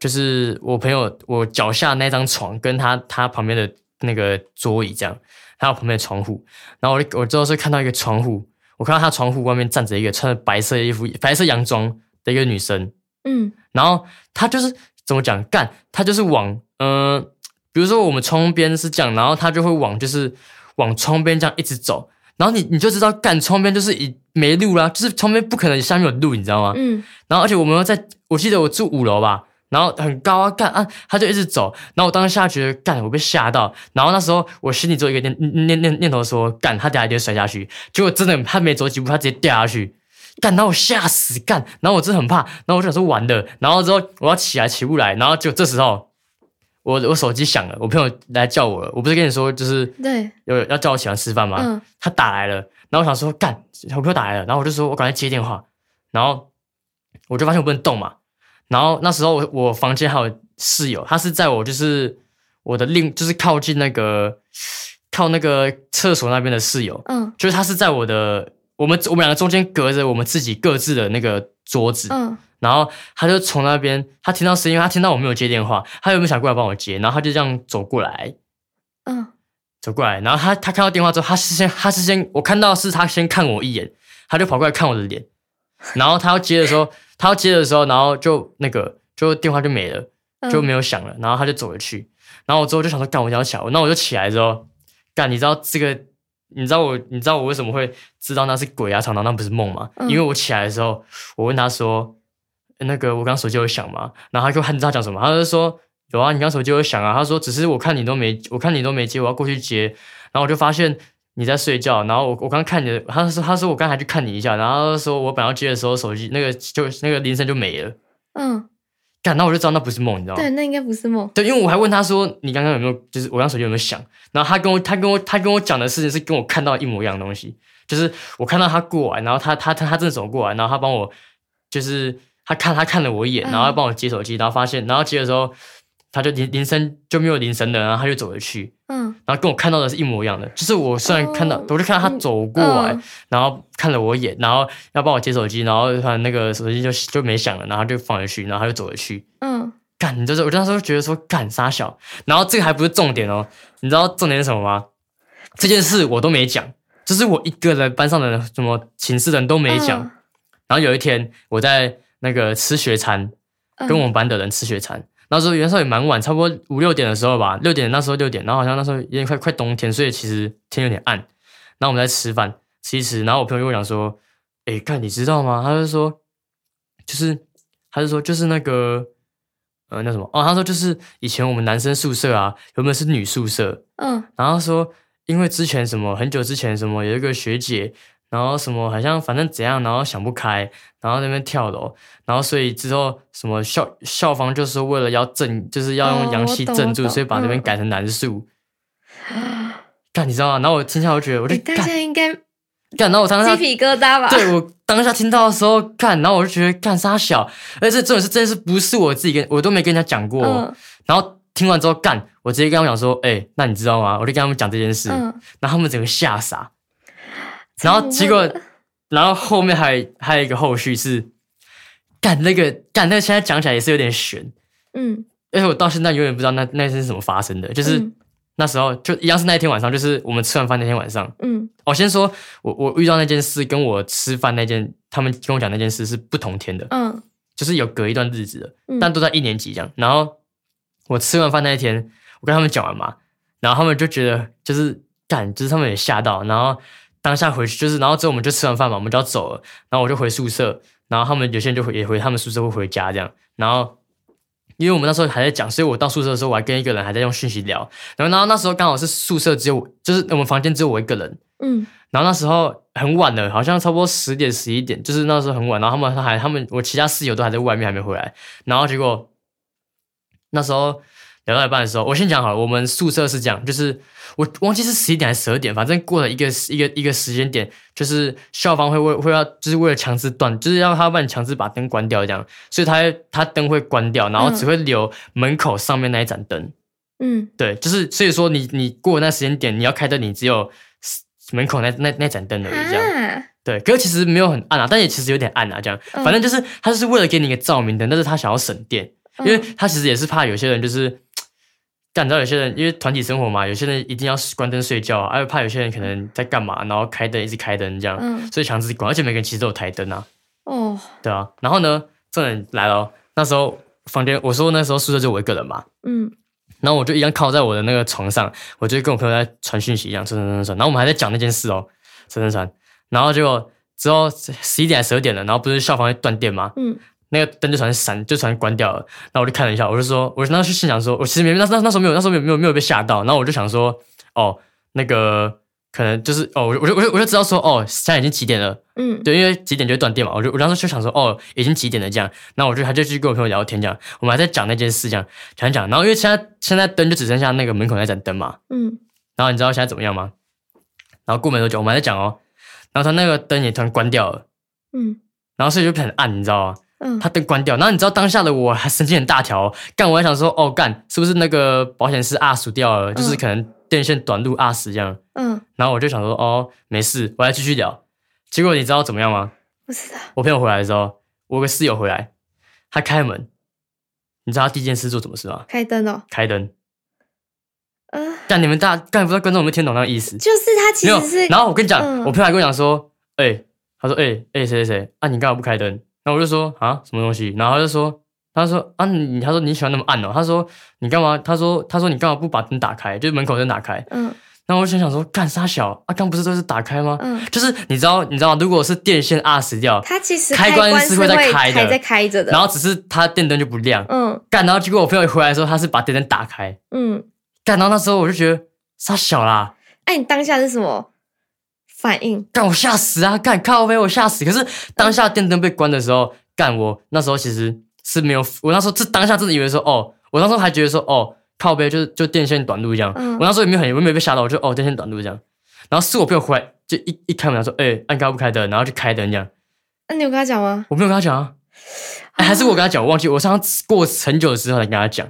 就是我朋友我脚下那张床跟他他旁边的那个桌椅这样，还有旁边的窗户，然后我就我之后是看到一个窗户，我看到他窗户外面站着一个穿着白色衣服、白色洋装的一个女生，
嗯
然后她就是怎么讲干，她就是往嗯、呃比如说我们窗边是这样，然后她就会往就是往窗边这样一直走，然后你你就知道干窗边就是一没路啦，就是窗边不可能下面有路，你知道吗？
嗯
然后而且我们又在，我记得我住五楼吧，然后很高啊，干啊，他就一直走，然后我当时下觉得干，我被吓到，然后那时候我心里只有一个念念念念头说干，他等下一定会摔下去，结果真的他没走几步，他直接掉下去。干，然后我吓死干，然后我真的很怕，然后我就想说完了，然后之后我要起来起不来，然后就这时候我我手机响了，我朋友来叫我了，我不是跟你说就是
对，
有要叫我起来吃饭吗？
嗯
他打来了，然后我想说干，我朋友打来了，然后我就说我赶快接电话，然后我就发现我不能动嘛，然后那时候我我房间还有室友，他是在我就是我的另就是靠近那个靠那个厕所那边的室友，
嗯
就是他是在我的我们我们两个中间隔着我们自己各自的那个桌子，
嗯
然后他就从那边他听到声音，他听到我没有接电话，他有没有想过来帮我接？然后他就这样走过来，
嗯
走过来，然后他他看到电话之后，他是先他是先我看到是他先看我一眼，他就跑过来看我的脸，然后他要接的时候，他要接的时候，然后就那个就电话就没了，
嗯，
就没有响了，然后他就走了去，然后我之后就想说干我一定要起来，那我就起来之后，干你知道这个，你知道我你知道我为什么会知道那是鬼压床，然后那不是梦吗？
嗯
因为我起来的时候，我问他说，那个我刚手机有响吗？然后他就他你知道他讲什么？他就说有啊，你刚手机有响啊。他说只是我看你都没，我看你都没接，我要过去接。然后我就发现你在睡觉，然后我我刚看你的，他说他说我刚才去看你一下，然后他说我本来要接的时候手机那个就那个铃声就没了，
嗯，
干，那我就知道那不是梦，你知道吗？
对，那应该不是梦。
对，因为我还问他说你刚刚有没有，就是我刚手机有没有响？然后他跟我他跟我他跟我讲的事情是跟我看到一模一样的东西，就是我看到他过来，然后他他他他正走过来，然后他帮我就是他看他看了我一眼，
嗯
然后他帮我接手机，然后发现然后接的时候他就铃铃声就没有铃声了，然后他就走了去，
嗯
然后跟我看到的是一模一样的，就是我虽然看到，
哦
我就看到他走过来，
嗯
然后看了我一眼，然后要帮我接手机，然后他那个手机就就没响了，然后他就放回去，然后他就走了去。
嗯
干，你就是我那时候觉得说干傻小，然后这个还不是重点哦，你知道重点是什么吗？这件事我都没讲，就是我一个人班上的人，什么寝室的人都没讲。
嗯
然后有一天我在那个吃学餐，
嗯
跟我们班的人吃学餐，那时候那时候也蛮晚，差不多五六点的时候吧，六点那时候六点，然后好像那时候有点快快冬天，所以其实天有点暗。然后我们在吃饭，吃一吃，然后我朋友跟我讲说：“哎，看你知道吗？”他就说：“就是，他就说就是那个，呃，那什么哦，他说就是以前我们男生宿舍啊，原本是女宿舍，
嗯，
然后说，因为之前什么很久之前什么有一个学姐，然后什么好像反正怎样，然后想不开，然后在那边跳楼，然后所以之后什么校校方就是为了要镇，就是要
哦
用阳气
我懂
镇
我
住，
懂
所以把那边
嗯
改成男宿。干，你知道吗？然后我听下来我就觉得，我就
你当
干
哎下应该鸡
干，然后我当下
皮疙瘩吧？
对我当下听到的时候干，然后我就觉得干啥小，而且这种事真的是不是我自己跟我都没跟人家讲过哦，
嗯
然后听完之后干，我直接跟他们讲说，哎、那你知道吗？我就跟他们讲这件事，
嗯，
然后他们整个吓傻，
超
然后
恐
结
怖
果
的，
然后后面还还有一个后续是，干那个干那个现在讲起来也是有点悬，
嗯，
而且我到现在永远不知道那那天是怎么发生的，就是、
嗯
那时候就一样是那一天晚上，就是我们吃完饭那天晚上，
嗯
我、先说我我遇到那件事跟我吃饭那件他们跟我讲那件事是不同天的，
嗯
就是有隔一段日子的，
嗯，
但都在一年级这样。然后我吃完饭那一天，我跟他们讲完嘛，然后他们就觉得就是干，就是他们也吓到，然后当下回去就是，然后之后我们就吃完饭嘛，我们就要走了，然后我就回宿舍，然后他们有些人就回也回他们宿舍或回家这样，然后。因为我们那时候还在讲，所以我到宿舍的时候，我还跟一个人还在用讯息聊。然后，然后那时候刚好是宿舍只有我，就是我们房间只有我一个人。
嗯
然后那时候很晚了，好像差不多十点十一点，就是那时候很晚。然后他们他还他们我其他室友都还在外面还没回来。然后结果那时候聊到一半的时候，我先讲好了，我们宿舍是这样，就是我忘记是十一点还是十二点，反正过了一个一个一个时间点，就是校方会为会要就是为了强制断，就是要他帮你强制把灯关掉这样，所以他会他灯会关掉，然后只会留门口上面那一盏灯。
嗯
对，就是所以说你你过了那时间点，你要开灯，你只有门口那那那盏灯而已，这样。
啊，
对，可是其实没有很暗啊，但也其实有点暗啊，这样。
嗯
反正就是他就是为了给你一个照明灯，但是他想要省电，因为
嗯
他其实也是怕有些人就是。干到有些人，因为团体生活嘛，有些人一定要关灯睡觉啊，还有怕有些人可能在干嘛，然后开灯一直开灯这样，
嗯
所以强制关，而且每个人其实都有台灯啊，
哦，
对啊。然后呢，这人来了哦，那时候房间，我说那时候宿舍就我一个人嘛，
嗯
然后我就一样靠在我的那个床上，我就跟我朋友在传讯息一样，传传传传。然后我们还在讲那件事哦，传传传。然后结果之后十一点十二点了，然后不是校方会断电吗？
嗯
那个灯就传闪，就传关掉了。然后我就看了一下，我就说，我那时候心想说，我其实没那那那时候没有那时候没有没有没有被吓到。然后我就想说，哦，那个可能就是哦，我就我就我就我就知道说，哦，现在已经几点了。
嗯，
对，因为几点就会断电嘛，我就我当时就想说，哦，已经几点了这样，然后我就还就去跟我朋友聊天这样，我们还在讲那件事这样讲一讲，然后因为现在现在灯就只剩下那个门口那盏灯嘛，
嗯
然后你知道现在怎么样吗？然后过没多久我们还在讲哦，然后他那个灯也突然关掉了，
嗯
然后所以就很暗，你知道吗？
嗯，
他灯关掉，然后你知道当下的我还神经很大条、哦，干我还想说，哦干，是不是那个保险丝啊数掉了，就是
嗯
可能电线短路啊死这样，
嗯，
然后我就想说，哦没事，我还继续聊，结果你知道怎么样吗？
不知道，
我朋友回来的时候，我有个室友回来，他开门，你知道他第一件事做什么事吗？
开灯哦，
开灯。
呃，
但你们大干不知道观众有没有听懂那个意思？
就是他其
没有
实是。，
然后我跟你讲，
嗯
我朋友还跟我讲说，哎、他说，哎、哎、谁谁谁啊，你干嘛不开灯？然后我就说啊，什么东西？然后他就说，他说啊，你他说你喜欢那么暗哦？他说你干嘛？他说他说你干嘛不把灯打开？就是门口灯打开。
嗯
然后我就想说，干啥小啊？刚不是都是打开吗？
嗯，
就是你知道你知道，如果是电线啊死掉，
它其实
开关
关
是
是
会在开
开
的
还在开着的。
然后只是他电灯就不亮。
嗯
干，然后结果我朋友一回来的时候，他是把电灯打开，
嗯，
干，然后那时候我就觉得傻小啦，
哎、你当下是什么反应？
干我吓死啊，干靠背我吓死。可是当下电灯被关的时候，干我那时候其实是没有，我那时候这当下真的以为说，哦，我那时候还觉得说，哦，靠背就是就电线短路这样，
嗯
我那时候也没有很，我也没有被吓到，我就哦电线短路这样。然后是我朋友回来就一一开门他说，哎、按开不开灯，然后就开灯这样，
那、你有跟他讲吗？
我没有跟他讲啊，哎、还是我跟他讲，我忘记，我上次过很久的时候才跟他讲。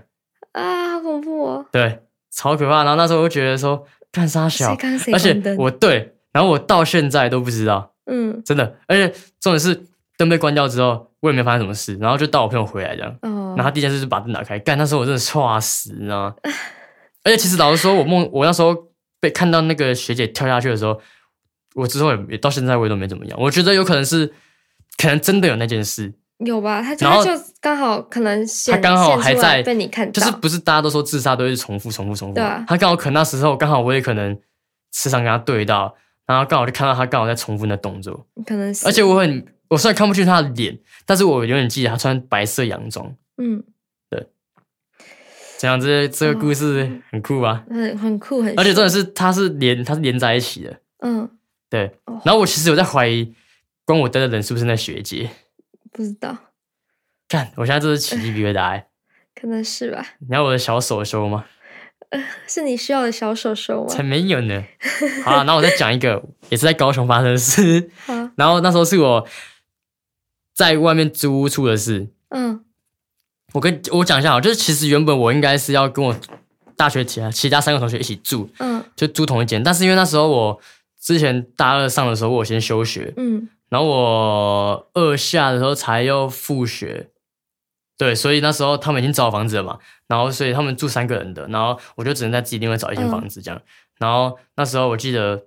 啊，好恐怖哦！
对，超可怕。然后那时候我就觉得说，干啥
谁
小，
刚谁
而
关
且
灯？
我对，然后我到现在都不知道，
嗯
真的。而且重点是灯被关掉之后，我也没发生什么事。然后就到我朋友回来这样，
哦
然后，他第一件事就是把灯打开，干。那时候我真的吓死，你知道吗？ 而且其实老实说，我梦我那时候被看到那个学姐跳下去的时候，我之后也也到现在我也都没怎么样。我觉得有可能是，可能真的有那件事，
有吧？他就
然
他
后
就刚好可能显
他刚好
显
还
出
在
来被你看
就
到，
是不是大家都说自杀都是重复、重复、重复？
对啊
他刚好可能那时候刚好我也可能时常跟他对到，然后刚好就看到他刚好在重复那动作，
可能是
而且我很我虽然看不清他的脸，但是我永远记得他穿白色洋装。
嗯，
这样这这个故事
哦
很酷吧？
很很酷，很
而且
这
真的是它是连它是连在一起的，
嗯，
对
哦。
然后我其实有在怀疑，关我灯的人是不是那学姐？
不知道，
看，我现在这是起鸡皮疙瘩欸。
可能是吧？
你要我的小手手吗？
是你需要的小手手吗
才？没有 呢。好啦，然后我再讲一个，也是在高雄发生的事。
好，
然后那时候是我在外面租屋处的事。
嗯
我跟我讲一下好，啊就是其实原本我应该是要跟我大学其他其他三个同学一起住，
嗯
就租同一间。但是因为那时候我之前大二上的时候，我先休学，
嗯，
然后我二下的时候才又复学，对，所以那时候他们已经找好房子了嘛，然后所以他们住三个人的，然后我就只能在自己另外找一间房子这样。然后那时候我记得，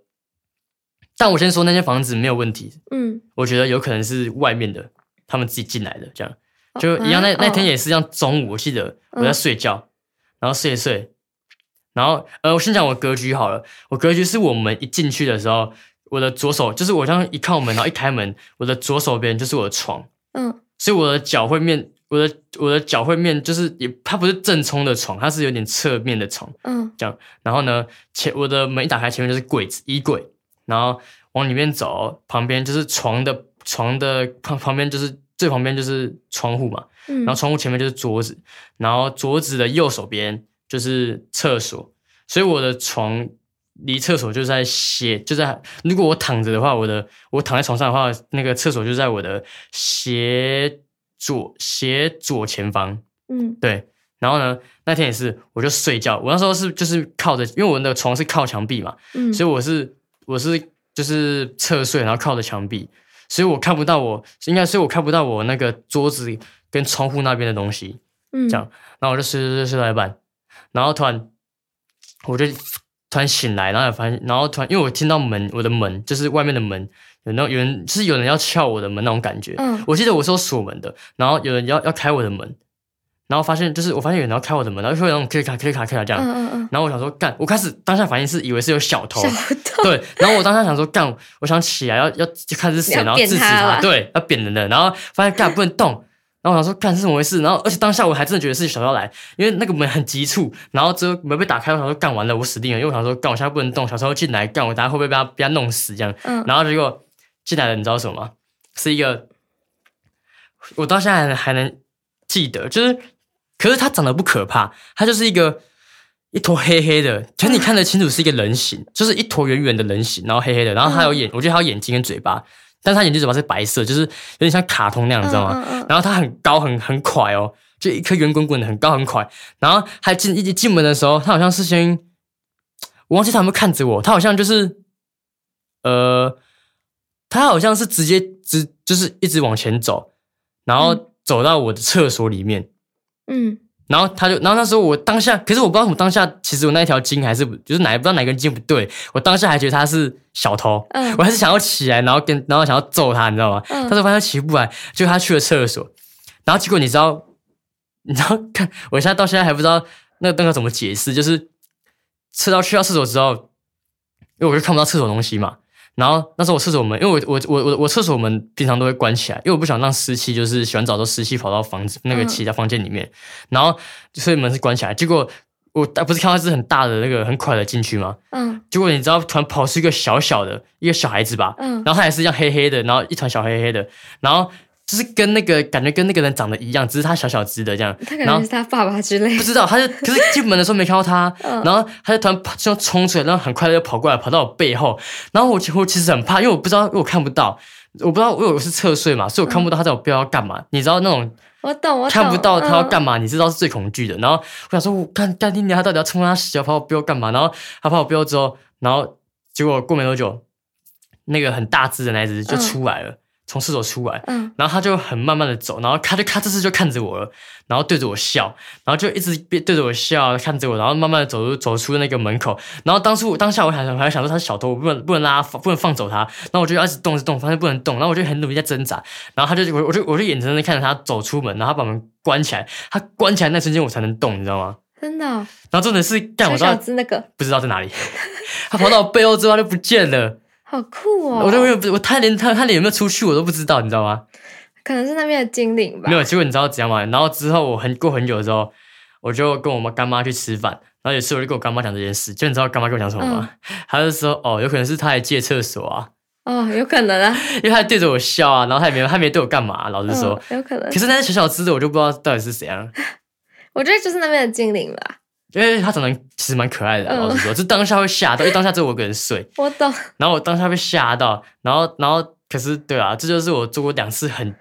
但我先说那间房子没有问题，
嗯，
我觉得有可能是外面的，他们自己进来的这样，
哦
就一样那、
啊
那天
哦
也是一样，中午我记得我在
嗯
睡觉，然后睡一睡，然后呃，我先讲我格局好了，我格局是我们一进去的时候，我的左手就是我这样一靠门，然后一开门，我的左手边就是我的床，
嗯
所以我的脚会面，我的我的脚会面就是也它不是正冲的床，它是有点侧面的床，
嗯
这样。然后呢，前我的门一打开，前面就是柜子、衣柜，然后往里面走，旁边就是床的床的旁旁边就是最旁边就是窗户嘛，
嗯，
然后窗户前面就是桌子，然后桌子的右手边就是厕所，所以我的床离厕所就在斜，就在如果我躺着的话，我的我躺在床上的话，那个厕所就在我的斜左斜左前方，
嗯
对。然后呢，那天也是，我就睡觉。我那时候是就是靠着，因为我的床是靠墙壁嘛，
嗯，
所以我是我是就是侧睡，然后靠着墙壁，所以我看不到我应该，所以我看不到我那个桌子跟窗户那边的东西。
嗯
这样，然后我就睡睡睡睡到一半，然后突然我就突然醒来，然后发现，然后突然因为我听到门，我的门就是外面的门有那种有人就是有人要撬我的门那种感觉。
嗯
我记得我是有锁门的，然后有人要要开我的门，然后发现就是我发现有人要开我的门，然后就会有那种 click 卡 click 卡 click 卡这样。
嗯嗯嗯，
然后我想说干，我开始当下反应是以为是有小 偷，
小 偷，
对，然后我当时想说，干，我想起来要要就开始死，
要
然后制
扁
止
他
他，
了
对，要扁人的，然后发现干不能动，然后我想说干是怎么回事，然后而且当下我还真的觉得是小妖来，因为那个门很急促，然后之后门被打开，我想说干完了，我死定了，因为我想说干我现在不能动，小时候进来干我，等下会不会被他被他弄死这样，
嗯
然后结果进来了，你知道什么吗？是一个，我到现在还能还能记得，就是，可是他长得不可怕，他就是一个一坨黑黑的，就是你看得清楚是一个人形，就是一坨圆圆的人形，然后黑黑的，然后他有眼，我觉得他有眼睛跟嘴巴，但是他眼睛嘴巴是白色，就是有点像卡通那样，你知道吗？
嗯嗯嗯
然后它很高很很快哦，就一颗圆滚滚的，很高很快。然后还进一一进门的时候，他好像是先，我忘记他有没有看着我，他好像就是，呃，他好像是直接直就是一直往前走，然
嗯
后走到我的厕所里面。
嗯
然后他就，然后那时候我当下，可是我不知道我当下，其实我那一条筋还是不就是哪不知道哪根筋不对，我当下还觉得他是小偷，
嗯
我还是想要起来，然后跟然后想要揍他，你知道吗？
嗯
但是我发现他起不来，就他去了厕所，然后结果你知道，你知道看，我现在到现在还不知道那那个怎么解释，就是吃到去到厕所之后，因为我就看不到厕所东西嘛。然后那时候我厕所门，因为我我我我我厕所门平常都会关起来，因为我不想让湿气就是洗完澡之后湿气跑到房子那个
嗯
其他房间里面，然后所以门是关起来。结果我啊不是看到一只很大的那个很快的进去吗？
嗯
结果你知道，突然跑出一个小小的一个小孩子吧，
嗯
然后他也是一样黑黑的，然后一团小黑黑的，然后就是跟那个感觉跟那个人长得一样，只是他小小只的这样，
他可
然
能
后
是他爸爸之类
不，知道他就可是进门的时候没看到他，
嗯
然后他就突然跑就冲出来，然后很快地就跑过来，跑到我背后，然后我其我其实很怕，因为我不知道，因为我看不到。我不知道，因为我是侧睡嘛，所以我看不到他在我背后要干嘛。你知道那种
我懂我懂嗯
看不到他要干
嘛，
嘛，你知道是最恐惧的。然后我想说，我干干爹娘，他到底要冲他小跑我背后干嘛？然后他跑我背后之后，然后结果过没多久，那个很大只的那一只就出来了，从厕所出来，
嗯，
然后他就很慢慢的走，然后他就他这次就看着我了，然后对着我笑，然后就一直边对着我笑，看着我，然后慢慢的走出走出那个门口。然后当初当下我还想还想说他是小偷，我不能不能拉他不能放走他，然后我就要一直动一直动，发现不能动，然后我就很努力在挣扎，然后他就我我就我就眼睁睁地看着他走出门，然后他把门关起来，他关起来那瞬间我才能动，你知道吗？
真的、哦，
然后重点是干我
小
到
小子那个
不知道在哪里，他跑到我背后之后他就不见了，
好酷哦，
我就我也不我他连他他连有没有出去我都不知道，你知道吗？
可能是那边的精灵吧
没，有，结果你知道怎样吗？然后之后我很过很久的时候，我就跟我妈干妈去吃饭，然后有一次我就跟我干妈讲这件事，就你知道干妈跟我讲什么吗？
嗯
她就说哦，有可能是她来借厕所啊，
哦，有可能啊，
因为她对着我笑啊，然后她也没她没对我干嘛、啊老实说。
嗯、有可能
可，是那些小小只的，我就不知道到底是谁啊，
我觉得就是那边的精灵吧，
因为她长得其实蛮可爱的啊，
嗯
老实说，就当下会吓到，因为当下只有我一个人睡，
我懂，
然后我当下被吓到，然后然后可是对啊，这就是我做过两次很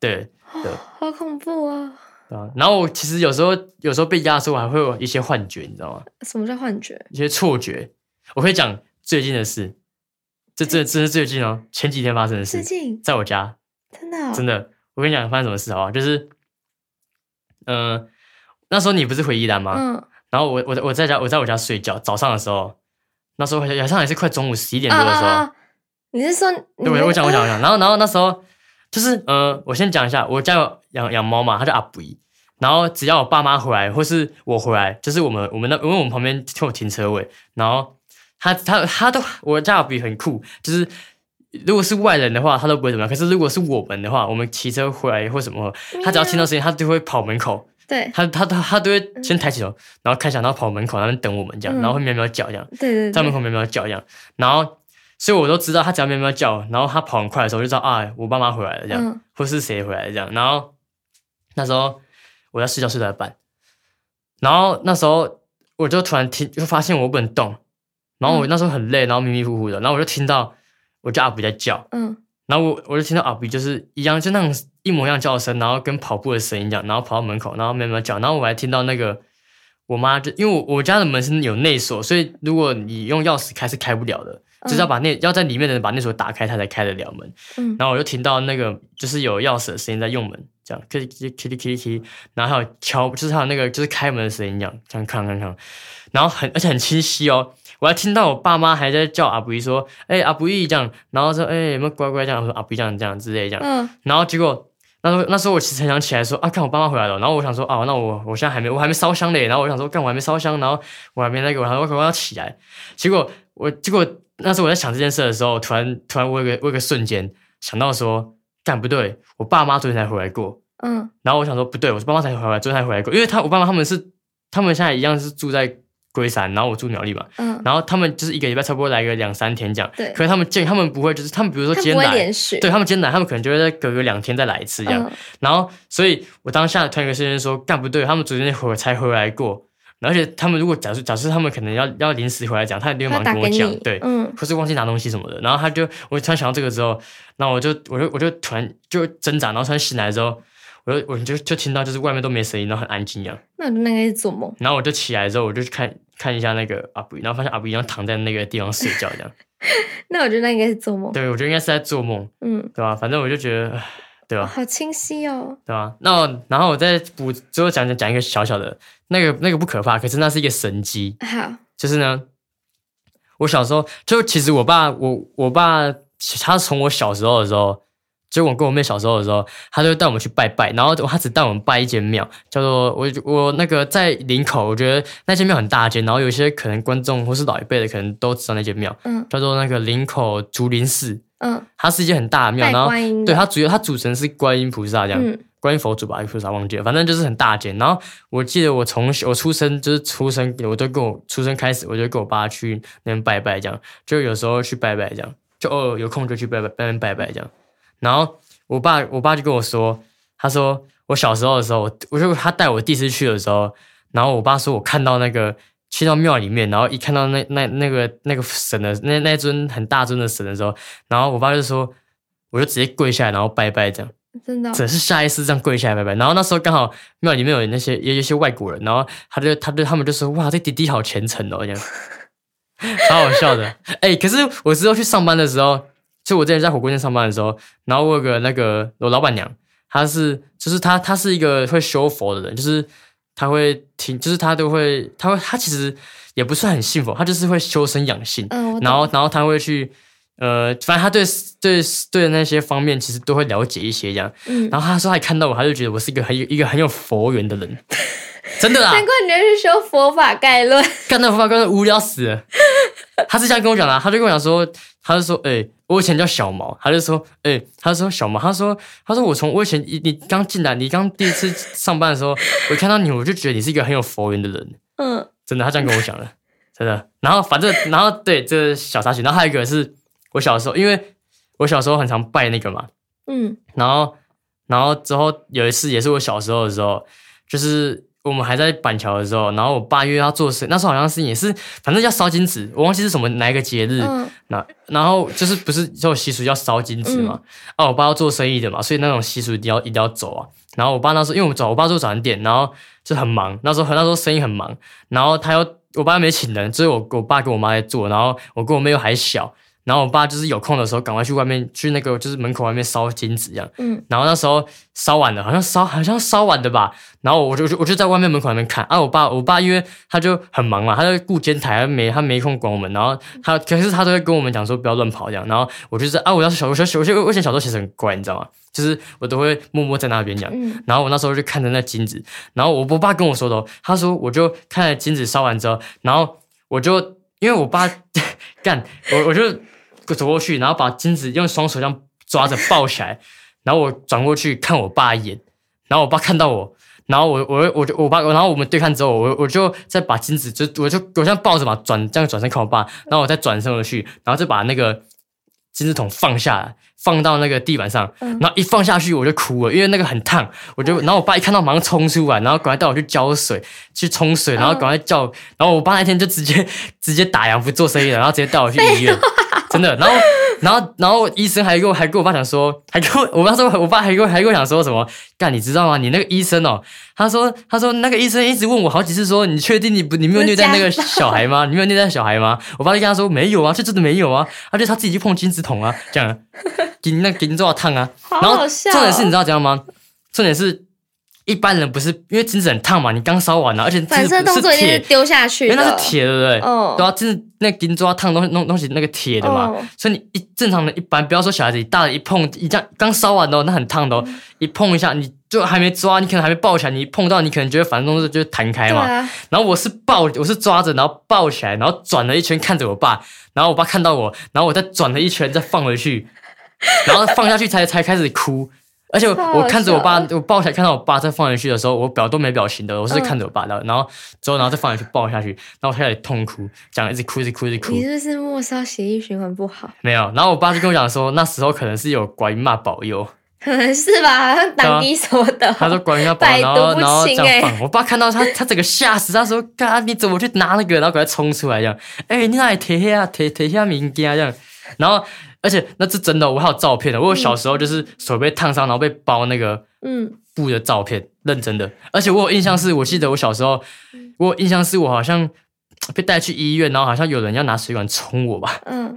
对
好恐怖哦，
对啊，然后我其实有时候有时候被压的时候，我还会有一些幻觉，你知道吗？
什么叫幻觉？
一些错觉。我可以讲最近的事，这这这是最近哦，前几天发生的
最
事，
近
在我家，
真的、哦、
真的，我跟你讲发生什么事好不好？就是，呃，那时候你不是回宜兰吗？
嗯
然后我我我在家我在我家睡觉，早上的时候，那时候晚上也是快中午十一点
啊
多的时候，
啊啊！你是说你
对，
那
我我讲我讲我
啊
讲，然后然后那时候就是呃，我先讲一下，我家有养养猫嘛，它叫阿布伊。然后只要我爸妈回来，或是我回来，就是我们我们那因为我们旁边就有停车位，然后他他他都我家阿布伊很酷，就是如果是外人的话，他都不会怎么样。可是如果是我们的话，我们骑车回来或什么，他只要听到声音，他就会跑门口，
对
他他他他都会先抬起头，然后看一下，然后跑门口那边等我们这样，
嗯
然后会喵喵叫这样。
对对
在门
对，
口喵喵叫一样，然后所以我都知道他只要喵喵叫，然后他跑很快的时候，我就知道啊，我爸妈回来了这样，
嗯
或是谁回来了这样。然后那时候我在睡觉睡到一半，然后那时候我就突然听，就发现我不能动，然后我
嗯
那时候很累，然后迷迷糊糊的，然后我就听到我叫阿比在叫，
嗯，
然后我我就听到阿比就是一样，就那种一模一样叫声，然后跟跑步的声音一样，然后跑到门口，然后喵喵叫，然后我还听到那个我妈就因为我我家的门是有内锁，所以如果你用钥匙开是开不了的，
嗯
就是要把内要在里面的人把内锁打开，它才开得了门。
嗯
然后我就听到那个就是有钥匙的声音在用门，这样可以 k 哩 k 哩 k 哩，然后还有敲，就是还有那个就是开门的声音一样，这样看看看，然后很而且很清晰哦。我还听到我爸妈还在叫阿布依说：“哎、阿布依这样。”然后说：“哎、有没有乖乖这样？”我说：“阿布依这样这样之类这样。”
嗯
然后结果那时候那时候我其实很想起来说啊，看我爸妈回来了，然后我想说啊，那我我现在还没我还没烧香嘞，然后我想说干我还没烧香，然后我还没那个，我还我我要起来，结果我结果那时候我在想这件事的时候，突然突然我有个我有个瞬间想到说，干不对，我爸妈昨天才回来过，
嗯
然后我想说不对，我爸妈才回来，昨天才回来过，因为他我爸妈他们是他们现在一样是住在龟山，然后我住苗栗嘛，
嗯，
然后他们就是一个礼拜差不多来个两三天这样，
对
可是他们见他们不会就是他们比如说
他
今天
不会
来。
连续
对他们今天来，他们可能就会在隔个两天再来一次这样。
嗯
然后，所以我当下突然有个瞬间说，干不对，他们昨天回才回来过，而且他们如果假设假设他们可能要要临时回来讲，他一定会
他
马上
打
跟
给
我讲
你，，
对，
嗯
或是忘记拿东西什么的。然后他就，我突然想到这个之后，那我就我就我就突然就挣扎，然后突然醒来之后，我就我就就听到就是外面都没声音，然后很安静一样。
那我就那个一直做梦，
然后我就起来之后，我就去看看一下那个阿布，然后发现阿布一样躺在那个地方睡觉这样。
那我觉得那应该是做梦，
对，我觉得应该是在做梦，
嗯，
对吧、反正我就觉得，唉对吧、
好清晰哦，
对吧？那我然后我再补，最后讲讲讲一个小小的，那个那个不可怕，可是那是一个神机，
好，
就是呢，我小时候就其实我爸我我爸他从我小时候的时候，就我跟我妹小时候的时候，他就带我们去拜拜，然后他只带我们拜一间庙，叫做我我那个在林口，我觉得那间庙很大间，然后有一些可能观众或是老一辈的可能都知道那间庙，
嗯
叫做那个林口竹林寺，
嗯，
它是一间很大的庙，
拜
然后
观音的，
对它主要它主神是观音菩萨这样。
嗯
观音佛祖吧，还是菩萨忘记了，反正就是很大间。然后我记得我从小我出生就是出生，我都跟我出生开始，我就跟我爸去那边拜拜，这样就有时候去拜拜，这样就偶尔有空就去拜拜那边拜拜这样。然后我爸我爸就跟我说，他说我小时候的时候，我我就他带我第一次去的时候，然后我爸说我看到那个去到庙里面，然后一看到那那那个那个神的那那尊很大尊的神的时候，然后我爸就说，我就直接跪下来然后拜拜这样。
真的哦，
只是下意识这样跪下来拜拜。然后那时候刚好庙里面有那些也有一些外国人，然后他就他就他们就说哇，这弟弟好虔诚哦，这样，超好笑的。哎、可是我之后去上班的时候，就我之前在火锅店上班的时候，然后我有个那个我老板娘，她是就是她她是一个会修佛的人，就是她会听，就是她都会，她会她其实也不是很信佛，她就是会修身养性，
嗯，我懂
然后然后她会去呃，反正她对对对那些方面其实都会了解一些 这样。
嗯，
然后她说她看到我，她就觉得我是一个很有一个很有佛缘的 人，真的啦。
难怪你是修佛法概论，
干那佛法哥无聊死 了。他是这样跟我讲的啊、他就跟我讲说，他就说，哎、我以前叫小毛，他就说，哎、他就说小毛，他说，他说我从我以前你你刚进来，你刚第一次上班的时候，我看到你，我就觉得你是一个很有佛缘的人，
嗯，
真的，他这样跟我讲的， 真的。然后反正，然后对，这是小插曲，然后还有一个是我小时候，因为我小时候很常拜那个嘛，
嗯
然后，然后之后有一次也是我小时候的时候，就是我们还在板桥的时候，然后我爸约要做事，那时候好像是也是反正要烧金纸，我忘记是什么哪一个节日。
嗯
那然后就是不是就有习俗要烧金纸嘛？啊，我爸要做生意的嘛，所以那种习俗一定要一定要走啊。然后我爸那时候因为我们早，我爸做早餐店，然后就很忙，那时候那时候生意很忙，然后他又我爸没请人，所以我我爸跟我妈在做，然后我跟我妹又还小，然后我爸就是有空的时候赶快去外面去那个就是门口外面烧金纸这样。
嗯
然后那时候烧完了，好像烧好像烧完的吧。然后我就我就我就在外面门口那边看啊，我爸我爸因为他就很忙嘛，他在顾监台，他没他没空管我们。然后他可是他都会跟我们讲说不要乱跑这样。然后我就是啊，我要是小我小我我我以前小时候其实很乖，你知道吗？就是我都会默默在那边讲。
嗯，
然后我那时候就看着那金子，然后我我爸跟我说的哦，他说我就看着金子烧完之后，然后我就因为我爸 干我我就走过去，然后把金子用双手这样抓着抱起来，然后我转过去看我爸一眼，然后我爸看到我。然后我我我就我爸，然后我们对看之后，我我就再把金子就我就我这样抱着嘛，转这样转身看我爸，然后我再转身回去，然后再把那个金字筒放下来，放到那个地板上，
嗯
然后一放下去我就哭了，因为那个很烫，我就，然后我爸一看到马上冲出来，然后赶快带我去浇水，去冲水，然后赶快叫，然后我爸那天就直接 直接打烊不做生意了，然后直接带我去医院，真的，然后然后然后医生还跟我还跟我爸讲说，还跟我我爸说，我爸还跟我还跟我讲说什么，干你知道吗？你那个医生哦，他说他说那个医生一直问我好几次说，你确定你不你没有虐待那个
不是家暴
小孩 吗？你没有虐待小孩吗？我爸就跟他说没有啊，这真的没有啊，他就他自己去碰金子桶啊，这样，给那给你多少烫啊，
好
然后
好笑哦。
重点是你知道怎样吗？重点是一般人不是因为金子很烫嘛，你刚烧完了，啊而且金子
反射动作一
是
定是
铁，
丢下
因
去
为
的，
那是铁，对不对？
哦
对啊，就是那金抓烫东西弄东西那个铁的嘛，
哦
所以你一正常的一般，不要说小孩子，你大人一碰一这样刚烧完的、哦，那很烫的、
嗯
哦，一碰一下你就还没抓，你可能还没抱起来，你一碰到你可能觉得反正动作就会弹开
对
嘛，
啊，
然后我是抱，我是抓着，然后抱起来，然后转了一圈看着我爸，然后我爸看到我，然后我再转了一圈再放回去，然后放下去才才开始哭。而且我
好好笑
我看着我爸，我抱起来看到我爸再放回去的时候，我表都没表情的，我是
嗯
看着我爸的，然后之后然后再放回去抱下去，然后我开始痛哭，讲一直哭一直哭一直哭
你，是不是末梢血液循环不好？
没有。然后我爸就跟我讲说，那时候可能是有拐骂保 佑，
可能是吧，好像挡泥什么的。
啊他说管人家保安，
百
然
毒
后
不
然后这
侵
样
欸
放。我爸看到他，他整个吓死，他说：“干，你怎么去拿那个？”然后赶快冲出来这样。哎、你哪里贴下贴贴啊下民家这样？然后而且那是真的，我还有照片的。我有小时候就是手被烫伤，然后被包那个
嗯，
布的照片，认真的。而且我有印象是，我记得我小时候，我有印象是我好像。被带去医院，然后好像有人要拿水管冲我吧，
嗯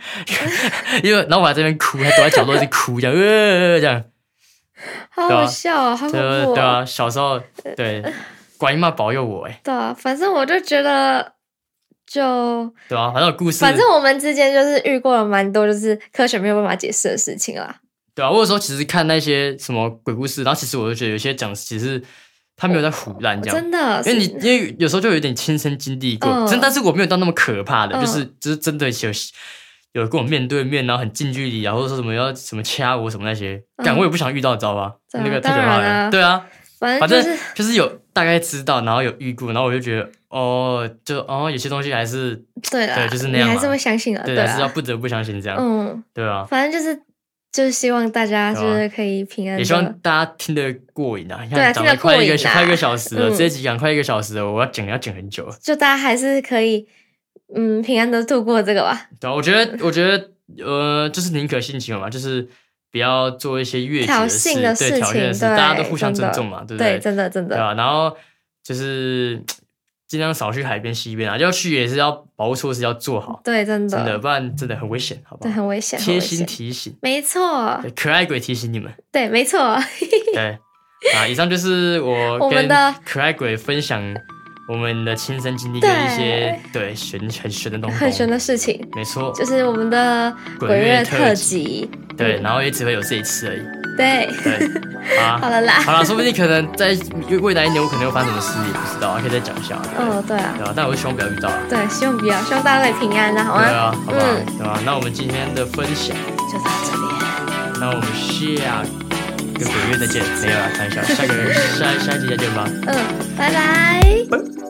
因为然后我还在那边哭，还躲在角落一直哭，这样，呃，这样，
嗯，好好笑啊，好恐
对啊
怖
对
哦。
啊，小时候对，观音妈保佑我哎、
对啊，反正我就觉得，就
对啊，反正有故事，
反正我们之间就是遇过了蛮多，就是科学没有办法解释的事情啦。
对啊，我有时候其实看那些什么鬼故事，然后其实我就觉得有些讲其实他没有在胡乱这样。
哦真的，
因为你
是
因为有时候就有点亲身经历过，
嗯
真、但是我没有到那么可怕的，
嗯
就是就是真的有有跟我面对面，然后很近距离，然后说什么要什么掐我什么那些，
嗯
感、我也不想遇到，你知道吧？
对啊
那个太可怕
当然
了。
啊
对啊，
反
反
正就
正
是
就是有大概知道，然后有遇过，然后我就觉得哦，就哦有些东西还是
对啦，
对就是那样
你
嘛
还是会相信啊，
对，
啦
还是要不得不相信这样，
嗯，
对啊。
反正就是就是希望大家
对
就
啊
是可以平安
也希望
的。
大家听得过瘾啊！你
对
看，
啊
讲
听得
了快一个
过瘾啊
快一个小时了，
嗯
这一集讲快一个小时了，我要剪要剪很久了。
就大家还是可以，嗯，平安的度过这个吧。
对啊，我觉得我觉得呃，就是宁可信其有嘛，就是不要做一些越级
挑
的
衅
事，
的
对
事
挑衅
情
的事，
对
大家都互相
真的
尊重嘛，对不啊
对，
对？
真的真
对
的，
啊，然后就是尽量少去海边、溪边啊，要去也是要保护措施要做好，
对，真的，
真的，不然真的很危险，好不
对，
好？
很危险，很
贴
危
心
险，
提醒，
没错，
对，可爱鬼提醒你们，
对，没错，
对啊，以上就是我
我
跟
们的
可爱鬼分享我们的亲身经历跟一些对玄很玄的东西，
很玄的，事情，
没错，
就是我们的
鬼
鬼
月
月
特
特
辑
辑，
对，然后也只会有这一次而已，
对，
对，
好
啊。
了啦，
好了，说不定可能在未来一年，我可能会发生什么事，也不知道，还可以再讲一下。对
嗯，对啊，
对啊，但我希望不要遇到啊。
对，希望不要，希望大家可以平安啦，好
对
吗？
啊，好吧，
嗯，
对吧？那我们今天的分享，
就到这边，
那我们下个鬼月再见，没有啦，开玩笑，下个下下一集再见吧。
嗯，拜拜。
拜拜。